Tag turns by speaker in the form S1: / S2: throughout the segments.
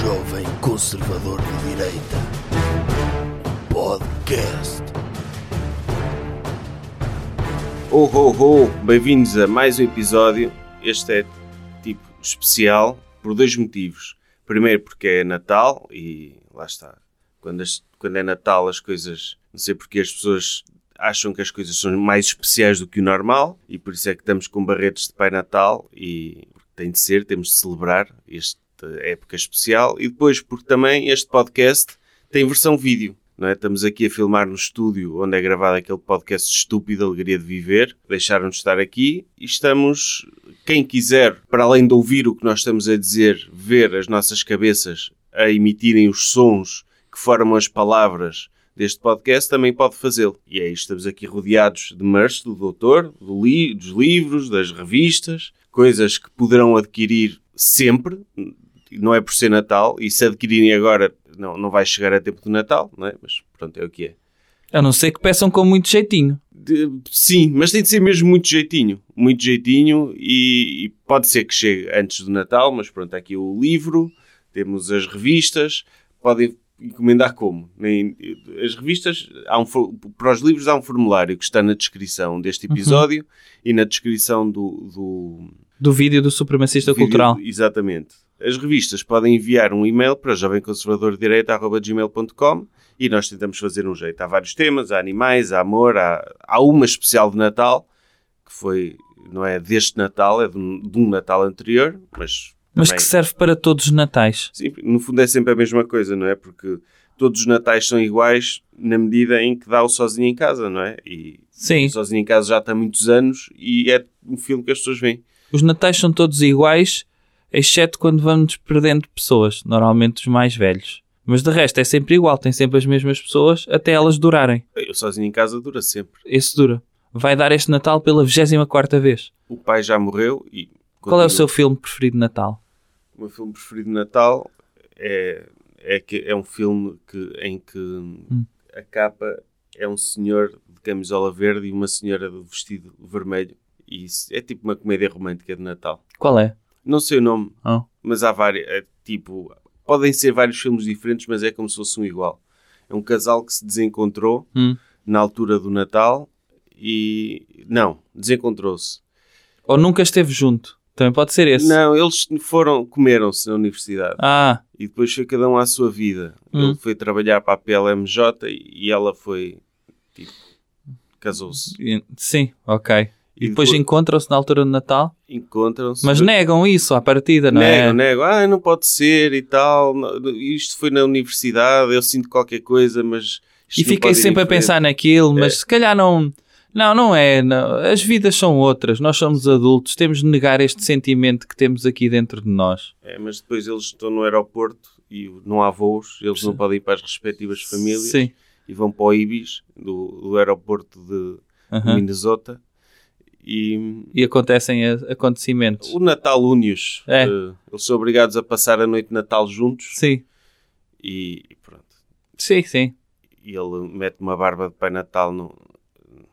S1: jovem conservador de direita. Podcast.
S2: Oh, oh, oh! Bem-vindos a mais um episódio. Este é tipo especial por dois motivos. Primeiro, porque é Natal e lá está. Quando, as- quando é Natal, as coisas. Não sei porque as pessoas acham que as coisas são mais especiais do que o normal e por isso é que estamos com barretes de Pai Natal e tem de ser, temos de celebrar esta época especial e depois porque também este podcast tem versão vídeo. Não é? Estamos aqui a filmar no estúdio onde é gravado aquele podcast estúpido, Alegria de Viver. Deixaram-nos estar aqui e estamos, quem quiser, para além de ouvir o que nós estamos a dizer, ver as nossas cabeças a emitirem os sons que formam as palavras deste podcast, também pode fazê-lo. E é isto, estamos aqui rodeados de merch do doutor, do li- dos livros, das revistas, coisas que poderão adquirir sempre, não é por ser Natal, e se adquirirem agora não, não vai chegar a tempo do Natal, não é? Mas pronto, é o que é.
S3: A não ser que peçam com muito jeitinho.
S2: De- sim, mas tem de ser mesmo muito jeitinho, muito jeitinho e, e pode ser que chegue antes do Natal, mas pronto, há aqui o livro, temos as revistas, podem encomendar como? Nem- as revistas, há um for- para os livros há um formulário que está na descrição deste episódio e na descrição do- do,
S3: Do vídeo do Supremacista
S2: Vídeo-
S3: Cultural.
S2: Exatamente. As revistas podem enviar um e-mail para jovemconservadordireita.gmail.com e nós tentamos fazer um jeito. Há vários temas, há animais, há amor, há, há uma especial de Natal, que foi, não é deste Natal, é de um, de um Natal anterior, mas...
S3: Mas
S2: também-
S3: que serve para todos os natais.
S2: Sim, no fundo é sempre a mesma coisa, não é? Porque todos os Natais são iguais na medida em que dá o Sozinho em Casa, não é? E
S3: Sim.
S2: Sozinho em Casa já está há muitos anos e é um filme que as pessoas veem.
S3: Os natais são todos iguais, exceto quando vamos perdendo pessoas, normalmente os mais velhos. Mas de resto é sempre igual, tem sempre as mesmas pessoas até elas durarem.
S2: Eu Sozinho em Casa dura sempre.
S3: Esse dura. Vai dar este Natal pela 24 vez.
S2: o pai já morreu e
S3: Qual é
S2: continua.
S3: o seu filme preferido de Natal?
S2: O meu filme preferido de Natal é é que é um filme que em que
S3: Hum.
S2: a capa é um senhor de camisola verde e uma senhora de vestido vermelho e isso é tipo uma comédia romântica de Natal
S3: Qual é?
S2: não sei o nome
S3: Oh.
S2: mas há vários é, tipo podem ser vários filmes diferentes mas é como se fosse um igual é um casal que se desencontrou
S3: Hum.
S2: na altura do Natal e não desencontrou-se
S3: Ou Nunca Esteve Junto? Também pode ser esse.
S2: não eles foram comeram-se na universidade
S3: Ah,
S2: e depois foi cada um à sua vida.
S3: Hum.
S2: Ele foi trabalhar para a PLMJ e e ela foi, tipo, casou-se.
S3: e- sim, ok. E,
S2: E
S3: depois,
S2: depois-
S3: encontram-se na altura do Natal,
S2: Encontram-se.
S3: mas negam isso à partida, não
S2: nego,
S3: é?
S2: nego. Ah, não pode ser e tal. Não, não, Isto foi na universidade, eu sinto qualquer coisa, mas... isto
S3: E
S2: não
S3: fiquei
S2: pode ir
S3: sempre
S2: em
S3: a
S2: frente. É.
S3: pensar naquilo, mas se calhar não. Não, não é. não. As vidas são outras. Nós somos adultos, temos de negar este sentimento que temos aqui dentro de nós.
S2: É, mas depois eles estão no aeroporto e não há voos, eles não podem ir para as respectivas famílias
S3: Sim.
S2: e vão para o Ibis, do, do aeroporto de
S3: Aham.
S2: Minnesota. E
S3: E acontecem a- acontecimentos.
S2: O Natal une-os.
S3: É.
S2: Eh, eles são obrigados a passar a noite de Natal juntos
S3: Sim,
S2: e, e pronto.
S3: sim, sim.
S2: E ele mete uma barba de Pai Natal no-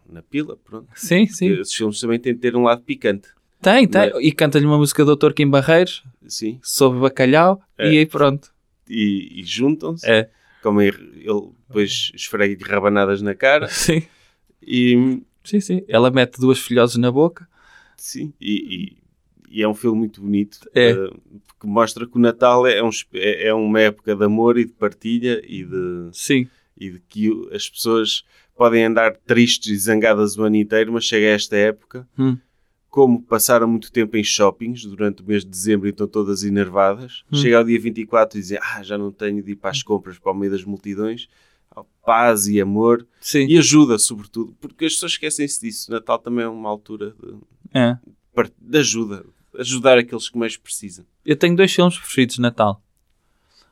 S2: na pila, pronto.
S3: Sim, sim.
S2: Esses filmes também têm de ter um lado picante.
S3: Tem, tem. E canta-lhe uma música do Dr. Kim Barreiros
S2: Sim.
S3: sobre bacalhau
S2: É.
S3: e aí pronto.
S2: E, e juntam-se.
S3: É.
S2: Comem- ele depois esfrega rabanadas na cara
S3: Sim,
S2: e
S3: sim, sim. Ela mete duas filhoses na boca.
S2: sim. E, e- e é um filme muito bonito
S3: É.
S2: eh, que mostra que o Natal é, um esp- é é uma época de amor e de partilha e de
S3: Sim.
S2: e de que o- as pessoas podem andar tristes e zangadas o ano inteiro, mas chega a esta época,
S3: Hum.
S2: como passaram muito tempo em shoppings durante o mês de dezembro e estão todas enervadas,
S3: Hum.
S2: chega ao dia 24 e dizem: Ah, já não tenho de ir para as compras para o meio das multidões. Há Paz e amor
S3: Sim.
S2: e ajuda, sobretudo, porque as pessoas esquecem-se disso. Natal também é uma altura de,
S3: É.
S2: par- de ajuda, ajudar aqueles que mais precisam.
S3: Eu tenho dois filmes preferidos de Natal.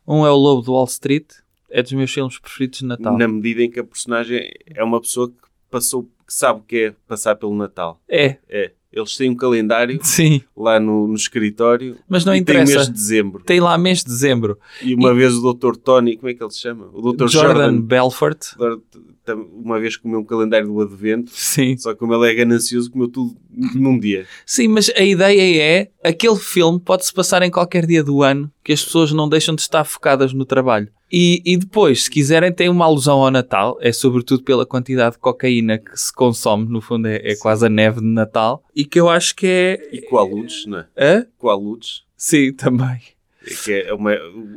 S3: Um é O Lobo do Wall Street, é dos meus filmes preferidos de Natal.
S2: Na medida em que a personagem é uma pessoa que passou, que sabe o que é passar pelo Natal.
S3: É,
S2: É, eles têm um calendário
S3: sim,
S2: lá no, no escritório.
S3: mas não
S2: e Tem o mês
S3: interessa.
S2: de dezembro.
S3: Tem lá mês de dezembro.
S2: E uma vez o Dr. Tony, como é que ele se chama? O Dr.
S3: Jordan,
S2: Jordan.
S3: Belfort.
S2: Jordan. tam- uma vez comeu um calendário do advento,
S3: Sim.
S2: só que como ele é ganancioso, comeu tudo num dia.
S3: Sim, mas a ideia é aquele filme pode-se passar em qualquer dia do ano que as pessoas não deixam de estar focadas no trabalho. E, e depois, se quiserem, tem uma alusão ao Natal, é sobretudo pela quantidade de cocaína que se consome, no fundo é, é quase a neve de Natal, e que eu acho que é.
S2: E coaludes, não é?
S3: Hã?
S2: Coaludes.
S3: Sim, também.
S2: É que é uma...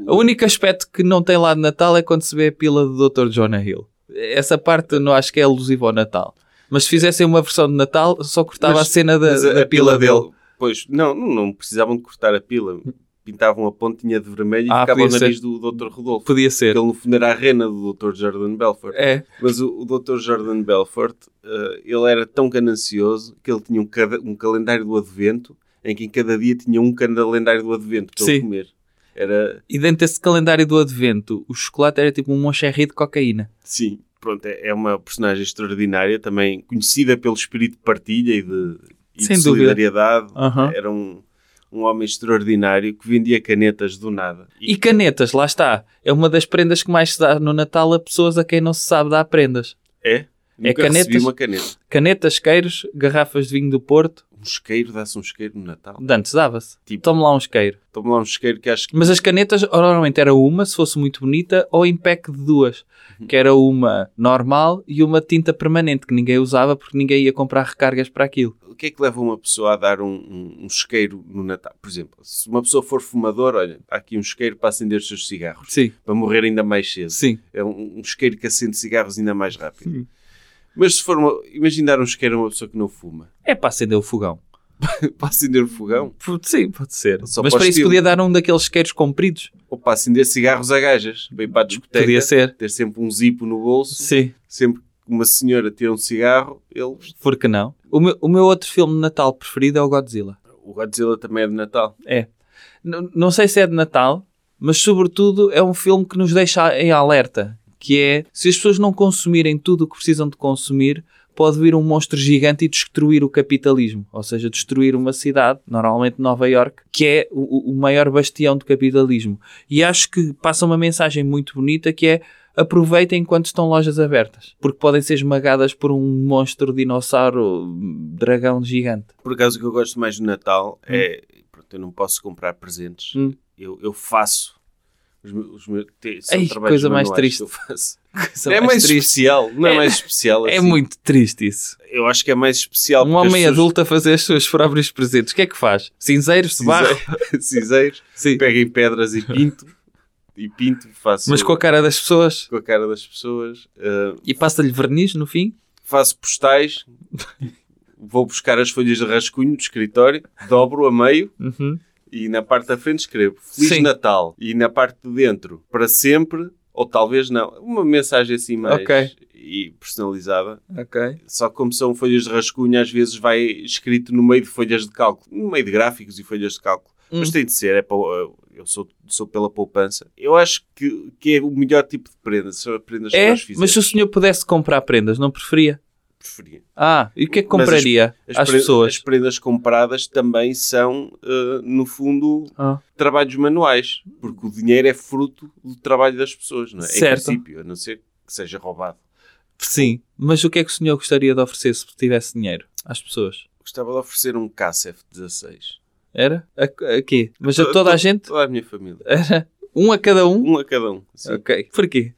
S3: O único aspecto que não tem lá de Natal é quando se vê a pila do Dr. Jonah Hill. Essa parte eu não acho que é alusiva ao Natal. Mas se fizessem uma versão de Natal, só cortava
S2: Mas-
S3: a cena da,
S2: Mas a,
S3: da
S2: a pila dele. Pois, não, não, não precisavam de cortar a pila. Pintavam a pontinha de vermelho e
S3: Ah,
S2: ficava o
S3: podia
S2: nariz do Dr. Rodolfo.
S3: Podia ser.
S2: Ele no fundo era a rena do Dr. Jordan Belfort.
S3: É.
S2: Mas o, o Dr. Jordan Belfort, eh, ele era tão ganancioso que ele tinha um, cada- um calendário do advento em que em cada dia tinha um calendário do advento para
S3: Sim.
S2: ele comer. Era,
S3: E dentro desse calendário do advento, o chocolate era tipo um moncherry de cocaína.
S2: sim, pronto, é, é uma personagem extraordinária, também conhecida pelo espírito de partilha e de, e
S3: Sem
S2: de
S3: dúvida.
S2: solidariedade.
S3: Aham.
S2: Era um, um homem extraordinário que vendia canetas do nada.
S3: E canetas, lá está. É uma das prendas que mais se dá no Natal a pessoas a quem não se sabe dar prendas.
S2: é? Nunca recebi
S3: canetas?
S2: uma caneta.
S3: Canetas, queiros, garrafas de vinho do Porto.
S2: Um isqueiro, dá-se um isqueiro no Natal.
S3: De Antes dava-se.
S2: Tipo-
S3: Tome lá um isqueiro.
S2: Toma lá um isqueiro que acho que
S3: Mas as canetas normalmente era uma, se fosse muito bonita, ou em pack de duas. Que era uma normal e uma tinta permanente, que ninguém usava porque ninguém ia comprar recargas para aquilo.
S2: o que é que leva uma pessoa a dar um, um, um isqueiro no Natal? Por exemplo, se uma pessoa for fumador, olha, há aqui um isqueiro para acender os seus cigarros,
S3: Sim,
S2: para morrer ainda mais cedo.
S3: sim.
S2: É um, um isqueiro que acende cigarros ainda mais rápido. Mas se for uma, imagina dar um isqueiro a uma pessoa que não fuma,
S3: É para acender o fogão.
S2: para acender o fogão
S3: Pode- Sim, pode ser.
S2: Só
S3: Mas
S2: para
S3: para isso
S2: estilo.
S3: podia dar um daqueles isqueiros compridos.
S2: ou para acender cigarros a gajas, para ir para a discoteca,
S3: Podia ser.
S2: ter sempre um zipo no bolso,
S3: Sim.
S2: sempre que uma senhora tira um cigarro, ele.
S3: Por que não? O meu, o meu outro filme de Natal preferido é o Godzilla.
S2: O Godzilla também é de Natal.
S3: É. N- não sei se é de Natal, mas sobretudo é um filme que nos deixa em alerta. Que é, se as pessoas não consumirem tudo o que precisam de consumir, pode vir um monstro gigante e destruir o capitalismo. Ou seja, destruir uma cidade, normalmente Nova York, que é o, o- o maior bastião do capitalismo. E acho que passa uma mensagem muito bonita que é aproveitem enquanto estão lojas abertas. Porque podem ser esmagadas por um monstro, dinossauro, dragão gigante.
S2: Por acaso, o que eu gosto mais do Natal é. Pronto, eu não posso comprar presentes.
S3: Hum.
S2: Eu, eu faço. Os meus, os meus- te- são
S3: Ei,
S2: trabalhos
S3: coisa mais
S2: manuais que
S3: triste.
S2: eu faço.
S3: Coisa
S2: é mais
S3: triste.
S2: especial. Não é,
S3: É-
S2: mais especial
S3: É
S2: assim.
S3: muito triste isso.
S2: Eu acho que é mais especial.
S3: Um
S2: porque as
S3: homem
S2: pessoas-
S3: adulto a fazer as suas próprias presentes. O que é que faz? Cinzeiros de barro?
S2: Cinzeiro- Cinzeiros.
S3: Sim.
S2: Pego em pedras e pinto. e pinto. Faço
S3: Mas com a cara das pessoas.
S2: com a cara das pessoas. ah,
S3: E passa-lhe verniz no fim?
S2: faço postais. Vou buscar as folhas de rascunho do escritório. Dobro a meio. E na parte da frente escrevo Feliz
S3: Sim.
S2: Natal. E na parte de dentro, para sempre, ou talvez não. Uma mensagem assim mais
S3: Ok.
S2: e personalizada.
S3: Ok.
S2: Só que como são folhas de rascunho, às vezes vai escrito no meio de folhas de cálculo. No meio de gráficos e folhas de cálculo.
S3: Hum.
S2: Mas tem de ser, é para, o- eu sou, sou pela poupança. Eu acho que, que é o melhor tipo de prenda, são as prendas que
S3: É,
S2: nós fizemos.
S3: mas se o senhor pudesse comprar prendas, não preferia?
S2: Preferia.
S3: Ah, e o que é que
S2: Mas as-
S3: compraria
S2: As,
S3: às
S2: pre-
S3: pessoas?
S2: as prendas compradas também são, eh, no fundo,
S3: Ah,
S2: trabalhos manuais, porque o dinheiro é fruto do trabalho das pessoas, não é?
S3: Certo.
S2: Em princípio, a não ser que seja roubado.
S3: sim, mas o que é que o senhor gostaria de oferecer se tivesse dinheiro às pessoas?
S2: Gostava de oferecer um KCF 16
S3: Era? A, a quê? Mas
S2: To-
S3: a toda a
S2: to-
S3: gente?
S2: toda a minha família.
S3: Era? Um a cada um?
S2: Um a cada um, assim,
S3: Ok. Porquê?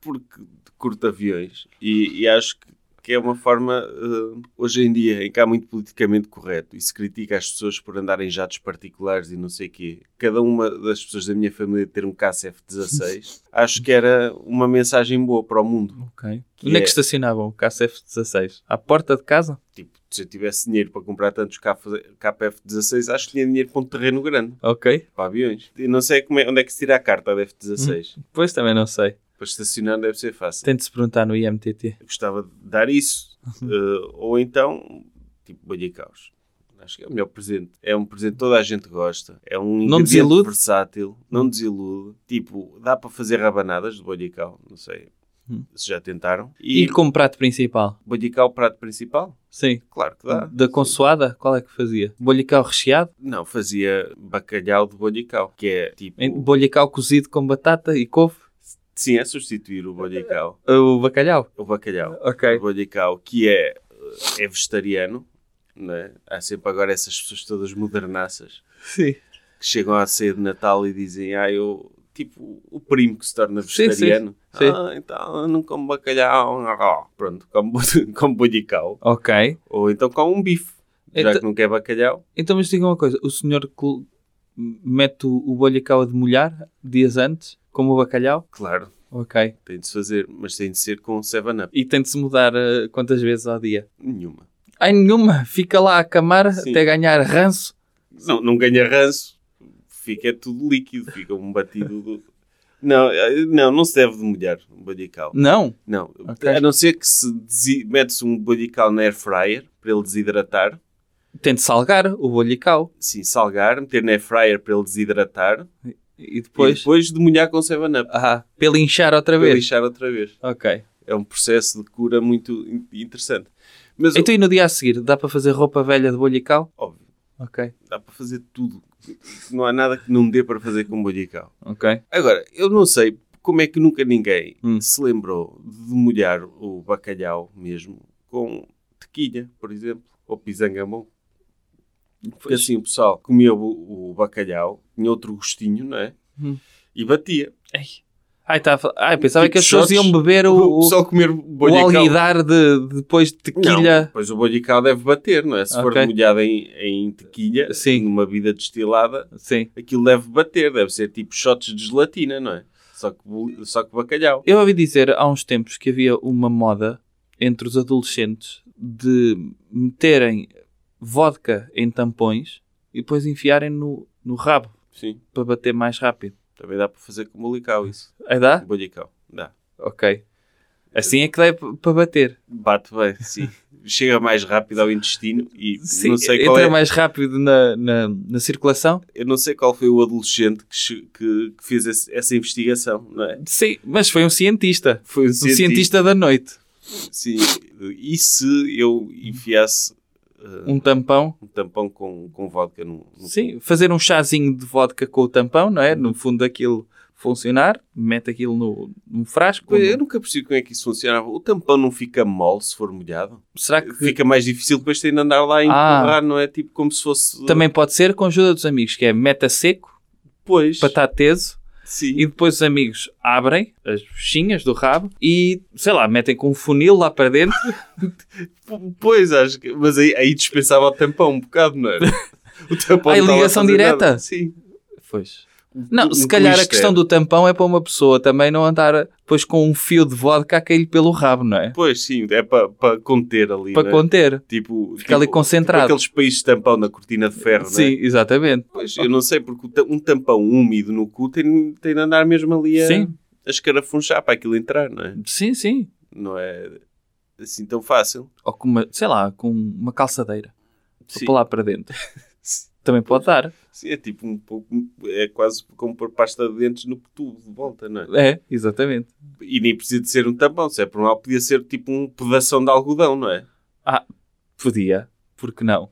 S2: porque curto aviões e, e acho que, que é uma forma, eh, hoje em dia, em que há muito politicamente correto e se critica as pessoas por andarem em jatos particulares e não sei o quê, cada uma das pessoas da minha família ter um KCF 16 acho que era uma mensagem boa para o mundo.
S3: Ok.
S2: Que
S3: Onde é
S2: é-
S3: que estacionavam o KCF-16? À porta de casa?
S2: Tipo, se eu tivesse dinheiro para comprar tantos KF-16, acho que tinha dinheiro para um terreno grande,
S3: Ok.
S2: para aviões. E não sei como é- onde é que se tira a carta da F-16.
S3: Pois também não sei.
S2: Para estacionar deve ser fácil.
S3: Tem de se perguntar no IMTT.
S2: Eu gostava de dar isso.
S3: Uhum.
S2: Eh, ou então, tipo, bolha caos. Acho que é o melhor presente. É um presente que toda a gente gosta. É um
S3: Não
S2: ingrediente
S3: desilude? Hum.
S2: versátil. Não desilude. Tipo, dá para fazer rabanadas de bolha cal. Não sei
S3: Hum.
S2: se já tentaram.
S3: E,
S2: E,
S3: com como prato principal?
S2: bolha cal, prato principal?
S3: Sim.
S2: Claro que dá.
S3: Da consoada? Qual é que fazia? Bolhacau recheado?
S2: Não, fazia bacalhau de bolhicau, que é tipo.
S3: Em- Bolhacau cozido com batata e couve?
S2: Sim, é substituir o bacalhau.
S3: O bacalhau.
S2: O bacalhau. O
S3: Ok.
S2: bacalhau, que é, é vegetariano, né? há sempre agora essas pessoas todas modernaças
S3: Sim.
S2: que chegam à ceia de Natal e dizem, ah, eu, tipo, o primo que se torna
S3: Sim, sim.
S2: vegetariano.
S3: Sim.
S2: Ah, então eu não como bacalhau. Ah, pronto, como, como bacalhau.
S3: Ok.
S2: Ou então como um bife, já
S3: Então-
S2: que não quer bacalhau.
S3: Então, mas diga uma coisa: o senhor col- mete o, o bacalhau a demolhar dias antes, como o bacalhau?
S2: Claro,
S3: Ok.
S2: tem de se fazer, mas tem de ser com um 7-Up.
S3: E tem de se mudar eh, quantas vezes ao dia?
S2: Nenhuma.
S3: Ai, nenhuma. Fica lá a camar
S2: Sim.
S3: até ganhar ranço.
S2: Não, não ganha ranço, fica tudo líquido, fica um batido. do- Não, eh, não, não se deve de molhar um badical.
S3: Não.
S2: Não,
S3: Ok.
S2: a não ser que se desi- mete-se um badical na air fryer para ele desidratar,
S3: Tem de salgar o bacalhau.
S2: sim, salgar, meter na air fryer para ele desidratar
S3: E
S2: e
S3: depois.
S2: depois de molhar com 7-Up
S3: Ah, para linchar outra
S2: para
S3: vez.
S2: lixar outra vez.
S3: Ok.
S2: É um processo de cura muito in- interessante. Mas,
S3: Então, e no dia a seguir, dá para fazer roupa velha de bacalhau?
S2: óbvio,
S3: Ok.
S2: dá para fazer tudo. Não há nada que não dê para fazer com um badical.
S3: Ok.
S2: Agora, eu não sei como é que nunca ninguém
S3: Hum.
S2: se lembrou de molhar o bacalhau mesmo com tequilha, por exemplo, ou pisangamon. Porque assim o pessoal comia o, o bacalhau, tinha outro gostinho, não é?
S3: Hum.
S2: E batia.
S3: Ai, ai, tá a fal- ai, pensava
S2: Tipo
S3: que as pessoas
S2: shots.
S3: iam beber o,
S2: o
S3: o,
S2: pessoal comer
S3: o
S2: bacalhau.
S3: alguidar de, depois de
S2: Não,
S3: tequilha.
S2: pois o bacalhau deve bater, não é? Se for
S3: Ok.
S2: molhado em, em tequilha,
S3: Sim.
S2: numa vida destilada,
S3: Sim.
S2: aquilo deve bater. Deve ser tipo shots de gelatina, não é? Só que, bol- só que bacalhau.
S3: Eu ouvi dizer há uns tempos que havia uma moda entre os adolescentes de meterem vodka em tampões e depois enfiarem no, no rabo
S2: Sim,
S3: para bater mais rápido.
S2: também dá para fazer com bolicau isso.
S3: Aí dá?
S2: Bolicau, dá.
S3: Ok. Assim é que dá p- para bater.
S2: Bate bem, sim. Chega mais rápido ao intestino e
S3: Sim,
S2: não sei qual
S3: entra
S2: é,
S3: mais rápido na, na, na circulação.
S2: eu não sei qual foi o adolescente que, che- que- que fez esse- essa investigação, não é?
S3: Sim, mas foi um cientista.
S2: Foi um
S3: Um cientista da noite.
S2: Sim. E se eu enfiasse uh,
S3: Um tampão.
S2: um tampão com, com vodka no, no-
S3: Sim, fazer um chazinho de vodka com o tampão, não é? No fundo aquilo funcionar, mete aquilo no, num frasco.
S2: Eu nunca percebi como é que isso funcionava. O tampão não fica mole se for molhado?
S3: Será que
S2: Fica mais difícil depois tem de andar lá a
S3: Ah.
S2: empurrar, não é? Tipo como se fosse...
S3: também pode ser com a ajuda dos amigos, que é meta seco
S2: Pois.
S3: para estar teso
S2: Sim.
S3: e depois os amigos abrem as bichinhas do rabo e, sei lá, metem com um funil lá para dentro.
S2: P- Pois, acho que. Mas aí, aí dispensava o tampão um bocado, não era? O tampão
S3: Ah, e
S2: não estava
S3: ligação
S2: a fazer
S3: direta?
S2: nada. Sim.
S3: Pois. Não,
S2: Um-
S3: se
S2: um
S3: calhar a
S2: mistério.
S3: questão do tampão é para uma pessoa também não andar depois com um fio de vodka a cair pelo rabo, não é?
S2: Pois, sim, é para para conter ali.
S3: Para
S2: não é?
S3: conter.
S2: Tipo,
S3: Fica ali
S2: tipo-
S3: concentrado.
S2: tipo aqueles países de tampão na cortina de ferro,
S3: Sim,
S2: não é?
S3: exatamente.
S2: Pois, eu não sei, porque o ta- um tampão úmido no cu tem, tem de andar mesmo ali a,
S3: Sim.
S2: a escarafunchar para aquilo entrar, não é?
S3: Sim, sim.
S2: Não é assim tão fácil.
S3: Ou com uma, sei lá, com uma calçadeira.
S2: Sim.
S3: para lá para dentro.
S2: Sim.
S3: Também pode dar.
S2: Sim, é tipo um pouco. É quase como pôr pasta de dentes no tubo de volta, não é?
S3: É, exatamente.
S2: E nem precisa de ser um tampão, se é por mal, podia ser tipo um pedação de algodão, não é?
S3: Podia. Porque não?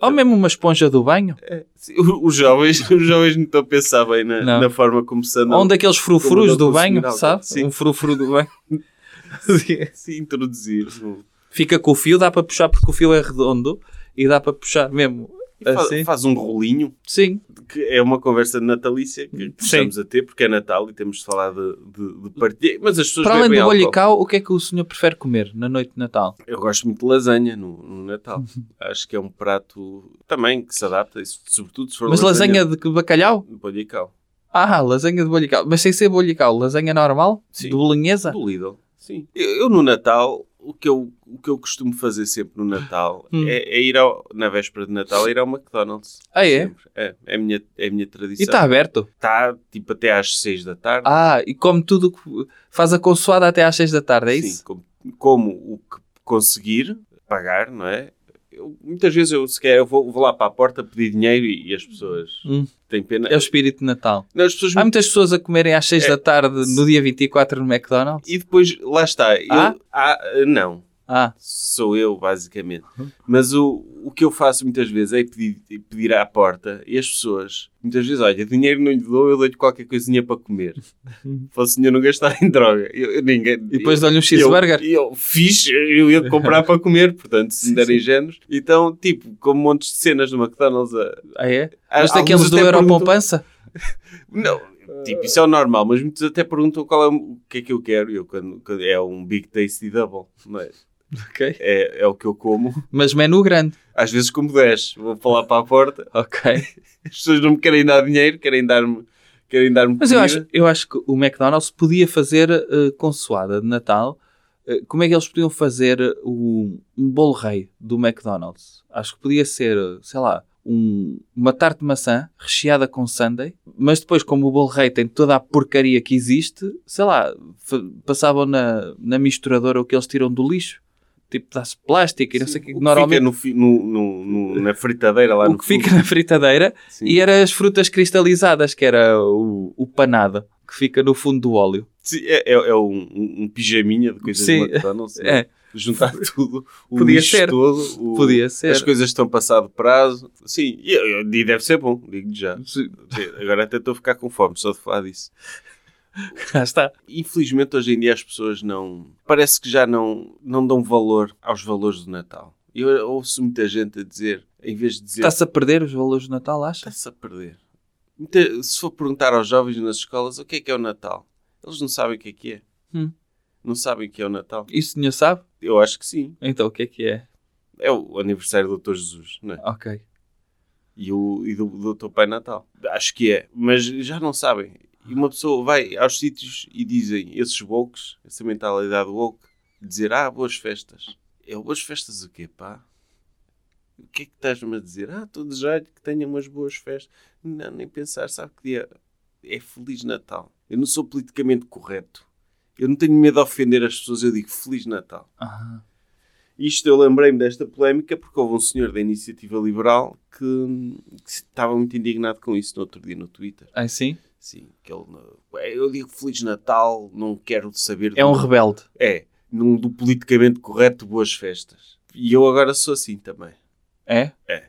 S3: Ou mesmo uma esponja do banho?
S2: Se- o- Os jovens, os jovens não estão a pensar bem na,
S3: Não.
S2: na forma como se andam.
S3: Ou um daqueles frufrus
S2: Como não
S3: do banho,
S2: consumir
S3: sabe?
S2: álcool, sim.
S3: Um frufru do banho. Sim.
S2: se introduzir. no-
S3: Fica com o fio, dá para puxar porque o fio é redondo e dá para puxar mesmo
S2: E fa-
S3: assim.
S2: Faz, um rolinho,
S3: Sim,
S2: que é uma conversa natalícia que
S3: Sim.
S2: estamos a ter, porque é Natal e temos de falar de, de, de partilha. Mas as pessoas
S3: para além
S2: bebem
S3: do
S2: álcool.
S3: bolhicau, o que é que o senhor prefere comer na noite de Natal?
S2: Eu gosto muito de lasanha no, no Natal. Acho que é um prato também que se adapta, e se- sobretudo se for
S3: Mas lasanha de que- bacalhau?
S2: de bolical.
S3: Ah, lasanha de bolhicau. Mas sem ser bolhicau, lasanha normal?
S2: Sim.
S3: De bolonhesa?
S2: Do Lidl, sim. Eu, eu no Natal, o que eu, o que eu costumo fazer sempre no Natal
S3: Hum.
S2: é, é ir ao, na véspera de Natal, é ir ao McDonald's.
S3: Ah, é?
S2: Sempre. É, é a minha, é a minha
S3: E
S2: tradição.
S3: está aberto?
S2: Tá, tipo até às 6 da tarde.
S3: Ah, e come tudo, que- faz a consoada até às 6 da tarde, é
S2: Sim,
S3: isso?
S2: como, como o que conseguir pagar, não é? Eu- muitas vezes eu sequer eu vou, vou lá para a porta pedir dinheiro e, e as pessoas
S3: Hum.
S2: têm pena.
S3: É o espírito de Natal.
S2: Não, as pessoas
S3: Há muitas pessoas a comerem às 6
S2: É.
S3: da tarde no dia 24 no McDonald's?
S2: E depois, lá está. Eu,
S3: Há?
S2: há, eh, não.
S3: Ah,
S2: sou eu, basicamente.
S3: Uhum.
S2: Mas o, o que eu faço muitas vezes é pedir, pedir à porta e as pessoas, muitas vezes, olha, dinheiro não lhe dou, eu dou-lhe qualquer coisinha para comer. para o senhor não gastar em droga. Eu, eu ninguém,
S3: Uhum. e depois
S2: eu-
S3: dou-lhe um
S2: eu,
S3: cheeseburger.
S2: eu fiz, eu ia comprar para comer, portanto, se me derem géneros. Então, tipo, como montes de cenas no McDonald's. a-
S3: Ah, é?
S2: a-
S3: Mas
S2: alguns
S3: daqueles do
S2: até
S3: Euro
S2: perguntam-
S3: Poupança?
S2: Não, tipo, isso é o normal, mas muitos até perguntam qual é o, o que é que eu quero. Eu, quando, quando- é um Big Tasty Double, não é?
S3: Ok.
S2: É, é o que eu como.
S3: Mas menu grande.
S2: Às vezes como 10, vou falar para a porta,
S3: Ok.
S2: as pessoas não me querem dar dinheiro, querem dar-me querem dar
S3: Mas eu acho, eu acho que o McDonald's podia fazer eh, consoada de Natal. eh, como é que eles podiam fazer o, um bolo rei do McDonald's? Acho que podia ser, eh, sei lá, um- uma tarte de maçã recheada com sundae, mas depois, como o bolo rei tem toda a porcaria que existe, sei lá, fa- passavam na, na misturadora o que eles tiram do lixo. Tipo, dá-se plástico e não sei o que.
S2: Normalmente...
S3: Normalmente,
S2: no, fi- no, no, no- na fritadeira lá
S3: o
S2: no
S3: que fica na fritadeira
S2: Sim.
S3: e é era as frutas cristalizadas, que era o, o panado, que fica no fundo do óleo.
S2: Sim, é, é, é um, um- um pijaminha de coisas
S3: Sim.
S2: de McDonald's. não é?
S3: É,
S2: Juntar tudo, o
S3: Podia
S2: lixo
S3: ser.
S2: todo, o-
S3: podia ser.
S2: as coisas estão passado prazo. Sim, e, eu- eu- e deve ser bom, digo-te já.
S3: Sim,
S2: Sim, Agora até estou a ficar com fome, só de falar disso.
S3: Cá está.
S2: Infelizmente hoje em dia as pessoas não. Parece que já não, não dão valor aos valores do Natal. Eu ouço muita gente a dizer, em vez de dizer.
S3: Está-se a perder os valores do Natal, acha?
S2: Está-se a perder. Muita- se for perguntar aos jovens nas escolas o que é que é o Natal, eles não sabem o que é que é.
S3: Hum.
S2: Não sabem o que é o Natal.
S3: Isso o senhor sabe?
S2: Eu acho que sim.
S3: Então o que é que é?
S2: É o aniversário do Doutor Jesus, não é?
S3: Ok.
S2: E, o, e do, do teu Pai Natal. Acho que é. Mas já não sabem. E uma pessoa vai aos sítios e dizem esses woke, essa mentalidade woke, dizer ah, boas festas. Eu, boas festas o quê, pá? O que é que estás-me a dizer? Ah, todo jeito que tenha umas boas festas. Não, nem pensar, sabe que dia é Feliz Natal. Eu não sou politicamente correto. Eu não tenho medo de ofender as pessoas, eu digo Feliz Natal.
S3: Ah,
S2: Isto eu lembrei-me desta polémica porque houve um senhor da Iniciativa Liberal que, que estava muito indignado com isso no outro dia no Twitter.
S3: aí sim?
S2: Sim, que ele. "Ué, Eu digo Feliz Natal, não quero saber.
S3: É um
S2: do,
S3: rebelde.
S2: é, num, do politicamente correto, boas festas. E eu agora sou assim também.
S3: É?
S2: É.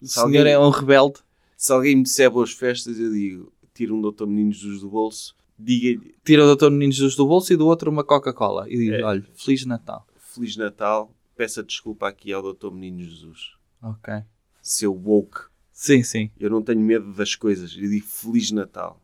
S3: O
S2: Se
S3: senhor
S2: alguém-
S3: é um rebelde.
S2: Se alguém me disser boas festas, eu digo: tira um doutor Meninos dos do bolso, diga-lhe
S3: Tira o doutor Menino Jesus do bolso e do outro uma Coca-Cola. E diz,
S2: É.
S3: olha, Feliz Natal.
S2: Feliz Natal, peça desculpa aqui ao doutor Menino Jesus,
S3: Ok.
S2: seu woke.
S3: Sim, sim.
S2: Eu não tenho medo das coisas. Eu digo Feliz Natal.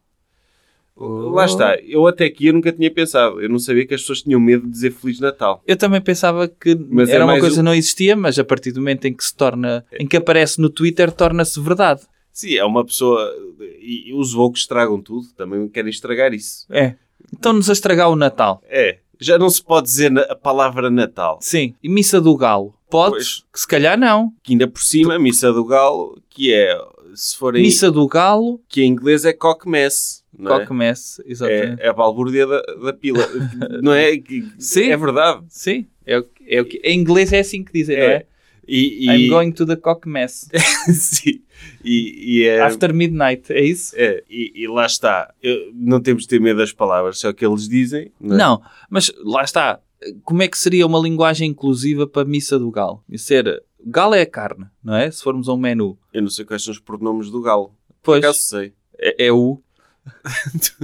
S3: Oh.
S2: Lá está. Eu até aqui eu nunca tinha pensado. Eu não sabia que as pessoas tinham medo de dizer Feliz Natal.
S3: Eu também pensava que
S2: Mas é
S3: era uma
S2: mais
S3: coisa
S2: um- É.
S3: que não existia, mas a partir do momento em que se torna, em que aparece no Twitter, torna-se verdade.
S2: Sim, é uma pessoa... E e os loucos estragam tudo. Também querem estragar isso.
S3: É. Estão-nos a estragar o Natal.
S2: É. Já não se pode dizer na- a palavra Natal.
S3: Sim. E Missa do Galo? Podes?
S2: Pois.
S3: Que se calhar não.
S2: Que ainda por cima, a Missa do Galo, que é... Se forem...
S3: Missa do Galo,
S2: Que em inglês é Cockmess. não é?
S3: Cockmess, exatamente.
S2: É, é a balbúrdia da, da pila. não é? Que-
S3: Sim.
S2: É verdade.
S3: Sim, é o, é o que em inglês é assim que dizem, não é?
S2: E, e-
S3: I'm going to the cockmess
S2: Sim. E, e é...
S3: after midnight, é isso?
S2: É, e, e lá está. Eu- não temos de ter medo das palavras, só que eles dizem. é?
S3: Não, mas lá está. Como é que seria uma linguagem inclusiva para a missa do galo? E ser galo é a carne, não é? Se formos a um menu,
S2: Eu não sei quais são os pronomes do galo. Por
S3: pois
S2: acaso sei.
S3: é, é o,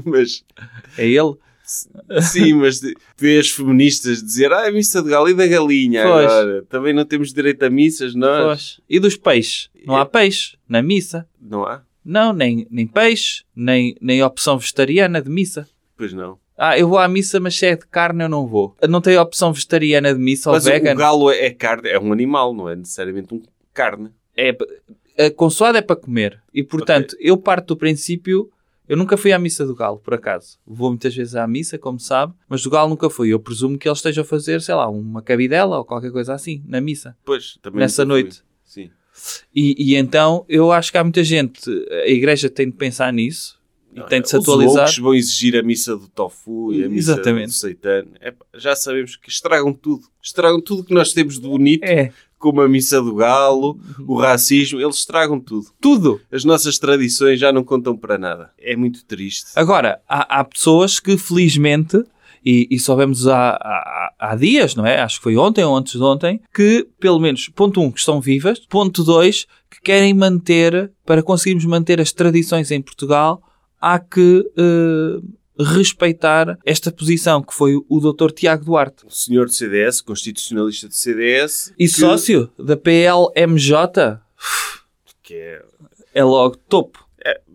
S2: Mas,
S3: é ele.
S2: sim, mas de- ver as feministas dizer ah, a missa de galo e da galinha
S3: Pois.
S2: agora. Também não temos direito a missas, é? nós.
S3: Pois. E dos peixes? Não há peixe na missa?
S2: Não há?
S3: Não, nem, nem peixe, nem, nem opção vegetariana de missa.
S2: Pois não.
S3: Ah, eu vou à missa, mas se é de carne eu não vou. Não tem opção vegetariana de missa ou
S2: mas o-
S3: vegan?
S2: o galo é, é carne, é um animal, não é necessariamente um carne.
S3: é a consoada é para comer e portanto eu parto do princípio eu nunca fui à missa do galo por acaso vou muitas vezes à missa como sabe mas do galo nunca fui eu presumo que ele esteja a fazer sei lá uma cabidela ou qualquer coisa assim na missa
S2: Pois, também.
S3: nessa
S2: nunca fui.
S3: noite
S2: Sim.
S3: e, e então eu acho que há muita gente a igreja tem de pensar nisso e tem de se
S2: é Os
S3: atualizar
S2: loucos vão exigir a missa do tofu e a missa
S3: Exatamente.
S2: do seitano. É pá, já sabemos que estragam tudo. Estragam tudo que nós temos de bonito.
S3: é
S2: como a missa do galo, o racismo, eles estragam tudo.
S3: Uhum. tudo
S2: As nossas tradições já não contam para nada. É muito triste.
S3: agora há, há pessoas que felizmente E, e soubemos há, há, há dias, não é? Acho que foi ontem ou antes de ontem, que pelo menos, ponto um, que estão vivas, ponto dois, que querem manter, para conseguirmos manter as tradições em Portugal, há que eh, respeitar esta posição que foi o Dr. Tiago Duarte.
S2: O senhor do CDS, constitucionalista do CDS,
S3: E
S2: que-
S3: sócio da PLMJ
S2: que é,
S3: é logo topo.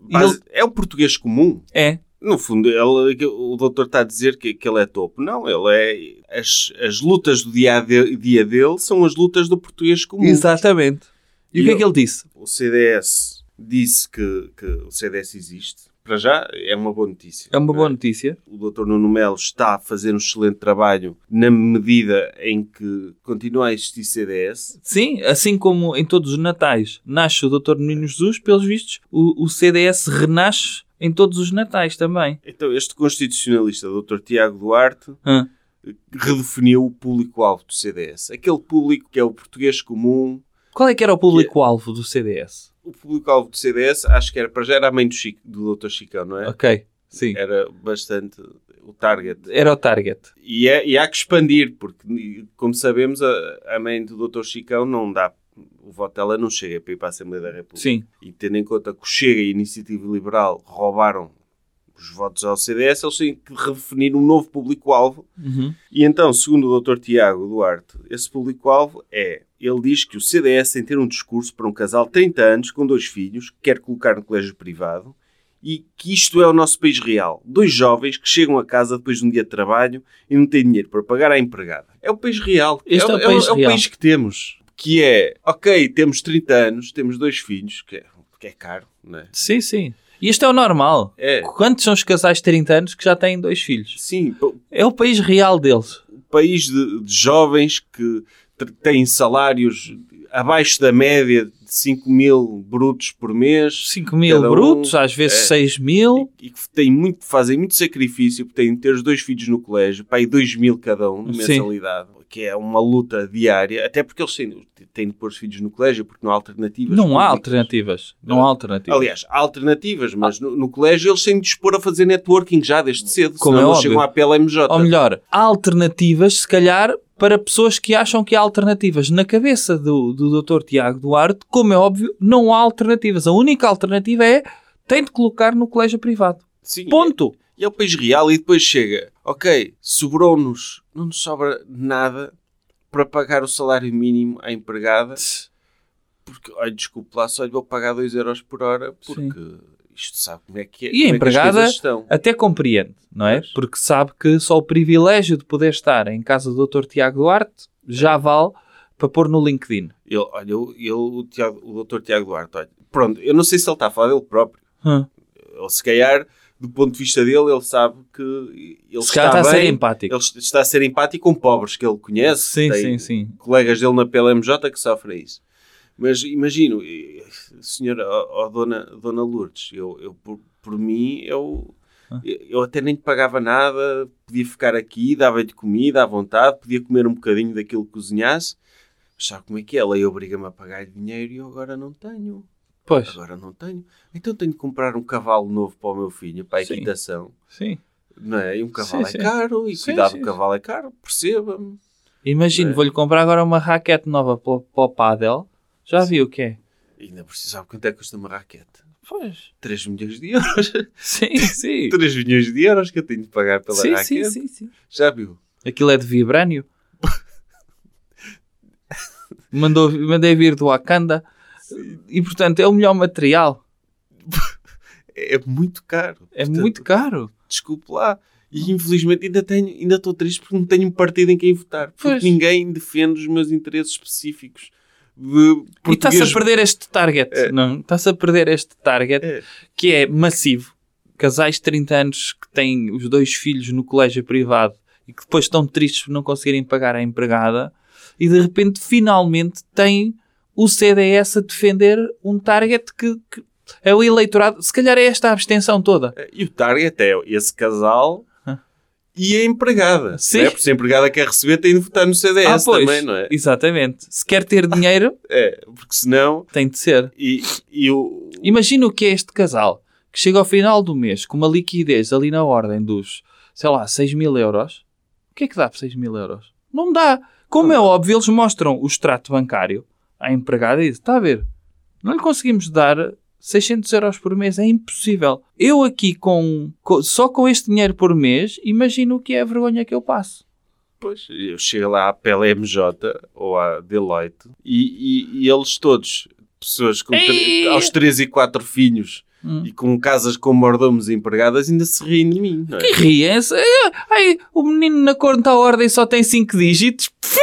S2: base- é o português comum.
S3: É.
S2: No fundo, ele- o doutor está a dizer que, que ele é topo. Não, ele é. As, as lutas do dia, a de- dia dele são as lutas do português comum.
S3: Exatamente. E,
S2: E
S3: o que é
S2: eu-
S3: que ele disse?
S2: O CDS disse que, que o CDS existe. Para já, é uma boa notícia.
S3: É uma boa notícia.
S2: O doutor Nuno Melo está a fazer um excelente trabalho na medida em que continua a existir CDS.
S3: Sim, assim como em todos os natais nasce o Dr. Menino Jesus, pelos vistos, o, o CDS renasce em todos os natais também.
S2: Então, este constitucionalista, doutor Tiago Duarte,
S3: Hã?
S2: redefiniu o público-alvo do CDS. Aquele público que é o português comum.
S3: Qual é que era o público-alvo do CDS?
S2: O público-alvo do CDS, acho que era para já era a mãe do, Chico, do Dr. Chicão, não é?
S3: Ok, sim.
S2: Era bastante o target.
S3: Era o target.
S2: E, é- e há que expandir, porque, como sabemos, a, a mãe do Dr. Chicão não dá. O voto dela não chega para ir para a Assembleia da República.
S3: Sim.
S2: E tendo em conta que o Chega e a Iniciativa Liberal roubaram os votos ao CDS, eles têm que redefinir um novo público-alvo
S3: Uhum.
S2: e então, segundo o Dr. Tiago Duarte, esse público-alvo é. Ele diz que o CDS tem ter um discurso para um casal de 30 anos com dois filhos que quer colocar no colégio privado e que isto é o nosso país real. Dois jovens que chegam a casa depois de um dia de trabalho e não têm dinheiro para pagar à empregada. É o país real.
S3: Este é o
S2: é,
S3: país
S2: é
S3: real.
S2: país que temos. Que é, ok, temos 30 anos, temos dois filhos, que é, que é caro, não é?
S3: Sim, sim. E isto é o normal.
S2: É.
S3: Quantos são os casais de 30 anos que já têm dois filhos?
S2: Sim, pa-
S3: É o país real deles.
S2: país de, de jovens que tr- têm salários abaixo da média de 5 mil brutos por mês
S3: 5 mil
S2: Cada um-
S3: brutos, às vezes
S2: é.
S3: 6 mil.
S2: e, e que têm muito, fazem muito sacrifício porque têm de ter os dois filhos no colégio, pai 2 mil cada um de
S3: Sim.
S2: mensalidade, que é uma luta diária, até porque eles têm, têm de pôr os filhos no colégio porque não há alternativas.
S3: Não há
S2: públicas.
S3: alternativas. Não há alternativas.
S2: Aliás, há alternativas, mas no, no colégio eles têm de dispor a fazer networking já desde cedo,
S3: Como
S2: senão
S3: é
S2: não
S3: óbvio.
S2: chegam à PLMJ.
S3: Ou melhor, há alternativas, se calhar, para pessoas que acham que há alternativas. Na cabeça do, do Dr. Tiago Duarte, como é óbvio, não há alternativas. A única alternativa é tem de colocar no colégio privado.
S2: Sim,
S3: Ponto.
S2: E é o país real e depois chega. Ok, sobrou-nos, não nos sobra nada para pagar o salário mínimo à empregada. Porque, olha, desculpe lá, só lhe vou pagar 2 euros por hora porque isto sabe como é que é.
S3: E a
S2: como é que as
S3: empregada-
S2: coisas estão.
S3: Até compreende, não é?
S2: Pois.
S3: Porque sabe que só o privilégio de poder estar em casa do Dr. Tiago Duarte já vale para pôr no LinkedIn.
S2: Ele, olha, eu- ele, o, Tiago, o doutor Tiago Duarte, olha, pronto, eu não sei se ele está a falar dele próprio.
S3: Hum.
S2: Ou se calhar, do ponto de vista dele, ele sabe que ele
S3: Se
S2: está,
S3: calhar está a ser
S2: bem,
S3: empático.
S2: ele está a ser empático com pobres que ele conhece.
S3: Sim,
S2: tem-
S3: sim, sim.
S2: colegas dele na PLMJ que sofrem isso. Mas imagino, eh, senhora ó ó, dona, dona Lourdes, eu, eu por, por mim, eu, eu até nem lhe pagava nada, podia ficar aqui, dava-lhe comida à vontade, podia comer um bocadinho daquilo que cozinhasse. Mas sabe como é que é? Ela aí obriga-me a pagar-lhe dinheiro e eu agora não tenho.
S3: Pois,
S2: Agora não tenho. Então tenho de comprar um cavalo novo para o meu filho, para a
S3: Sim.
S2: equitação.
S3: sim.
S2: Não é? E um cavalo
S3: Sim,
S2: é
S3: sim.
S2: caro, e
S3: Sim,
S2: cuidar
S3: sim,
S2: do
S3: sim.
S2: cavalo é caro, perceba-me.
S3: Imagino,
S2: É.
S3: vou-lhe comprar agora uma raquete nova para o- para o Padel. Já viu o que é?
S2: Ainda precisava quanto é que custa uma raquete?
S3: Pois.
S2: 3 milhões de euros.
S3: Sim, sim.
S2: 3 milhões de euros que eu tenho de pagar pela
S3: sim, sim,
S2: raquete.
S3: sim, sim.
S2: Já viu?
S3: Aquilo é de vibrânio. Mandou, mandei vir do Wakanda. E portanto é o melhor material.
S2: É é muito caro.
S3: É
S2: Portanto,
S3: muito caro.
S2: Desculpe lá. E infelizmente ainda tenho, ainda estou triste porque não tenho um partido em quem votar. Porque
S3: Pois.
S2: ninguém defende os meus interesses específicos de
S3: E está-se a
S2: português.
S3: perder este target.
S2: É.
S3: Não, está-se a perder este target
S2: É.
S3: que é massivo. Casais de 30 anos que têm os dois filhos no colégio privado e que depois estão tristes por não conseguirem pagar a empregada e de repente finalmente têm o CDS a defender um target que, que é o eleitorado. Se calhar é esta a abstenção toda.
S2: E o target é esse casal
S3: Hã?
S2: e a empregada.
S3: Sim.
S2: Não é? Porque se a empregada quer receber, tem de votar no CDS também, não é?
S3: Ah, Exatamente. Se quer ter dinheiro,
S2: É, porque senão.
S3: tem de ser.
S2: E, e o.
S3: Imagina o que é este casal que chega ao final do mês com uma liquidez ali na ordem dos sei lá, 6 mil euros, o que é que dá por 6 mil euros? Não dá. Como é óbvio, eles mostram o extrato bancário à empregada e dizem, está a ver, não lhe conseguimos dar 600 euros por mês, é impossível. Eu aqui, com, com- só com este dinheiro por mês, imagino o que é a vergonha que eu passo.
S2: Pois, eu chego lá à PLMJ ou à Deloitte e, e- e eles todos, pessoas com tre-
S3: Ei!
S2: aos 3 e 4 filhos
S3: Hum.
S2: e com casas com mordomos e empregadas, ainda se riem de mim. não é?
S3: E riem-se. É, Ai, o menino na conta à ordem só tem 5 dígitos.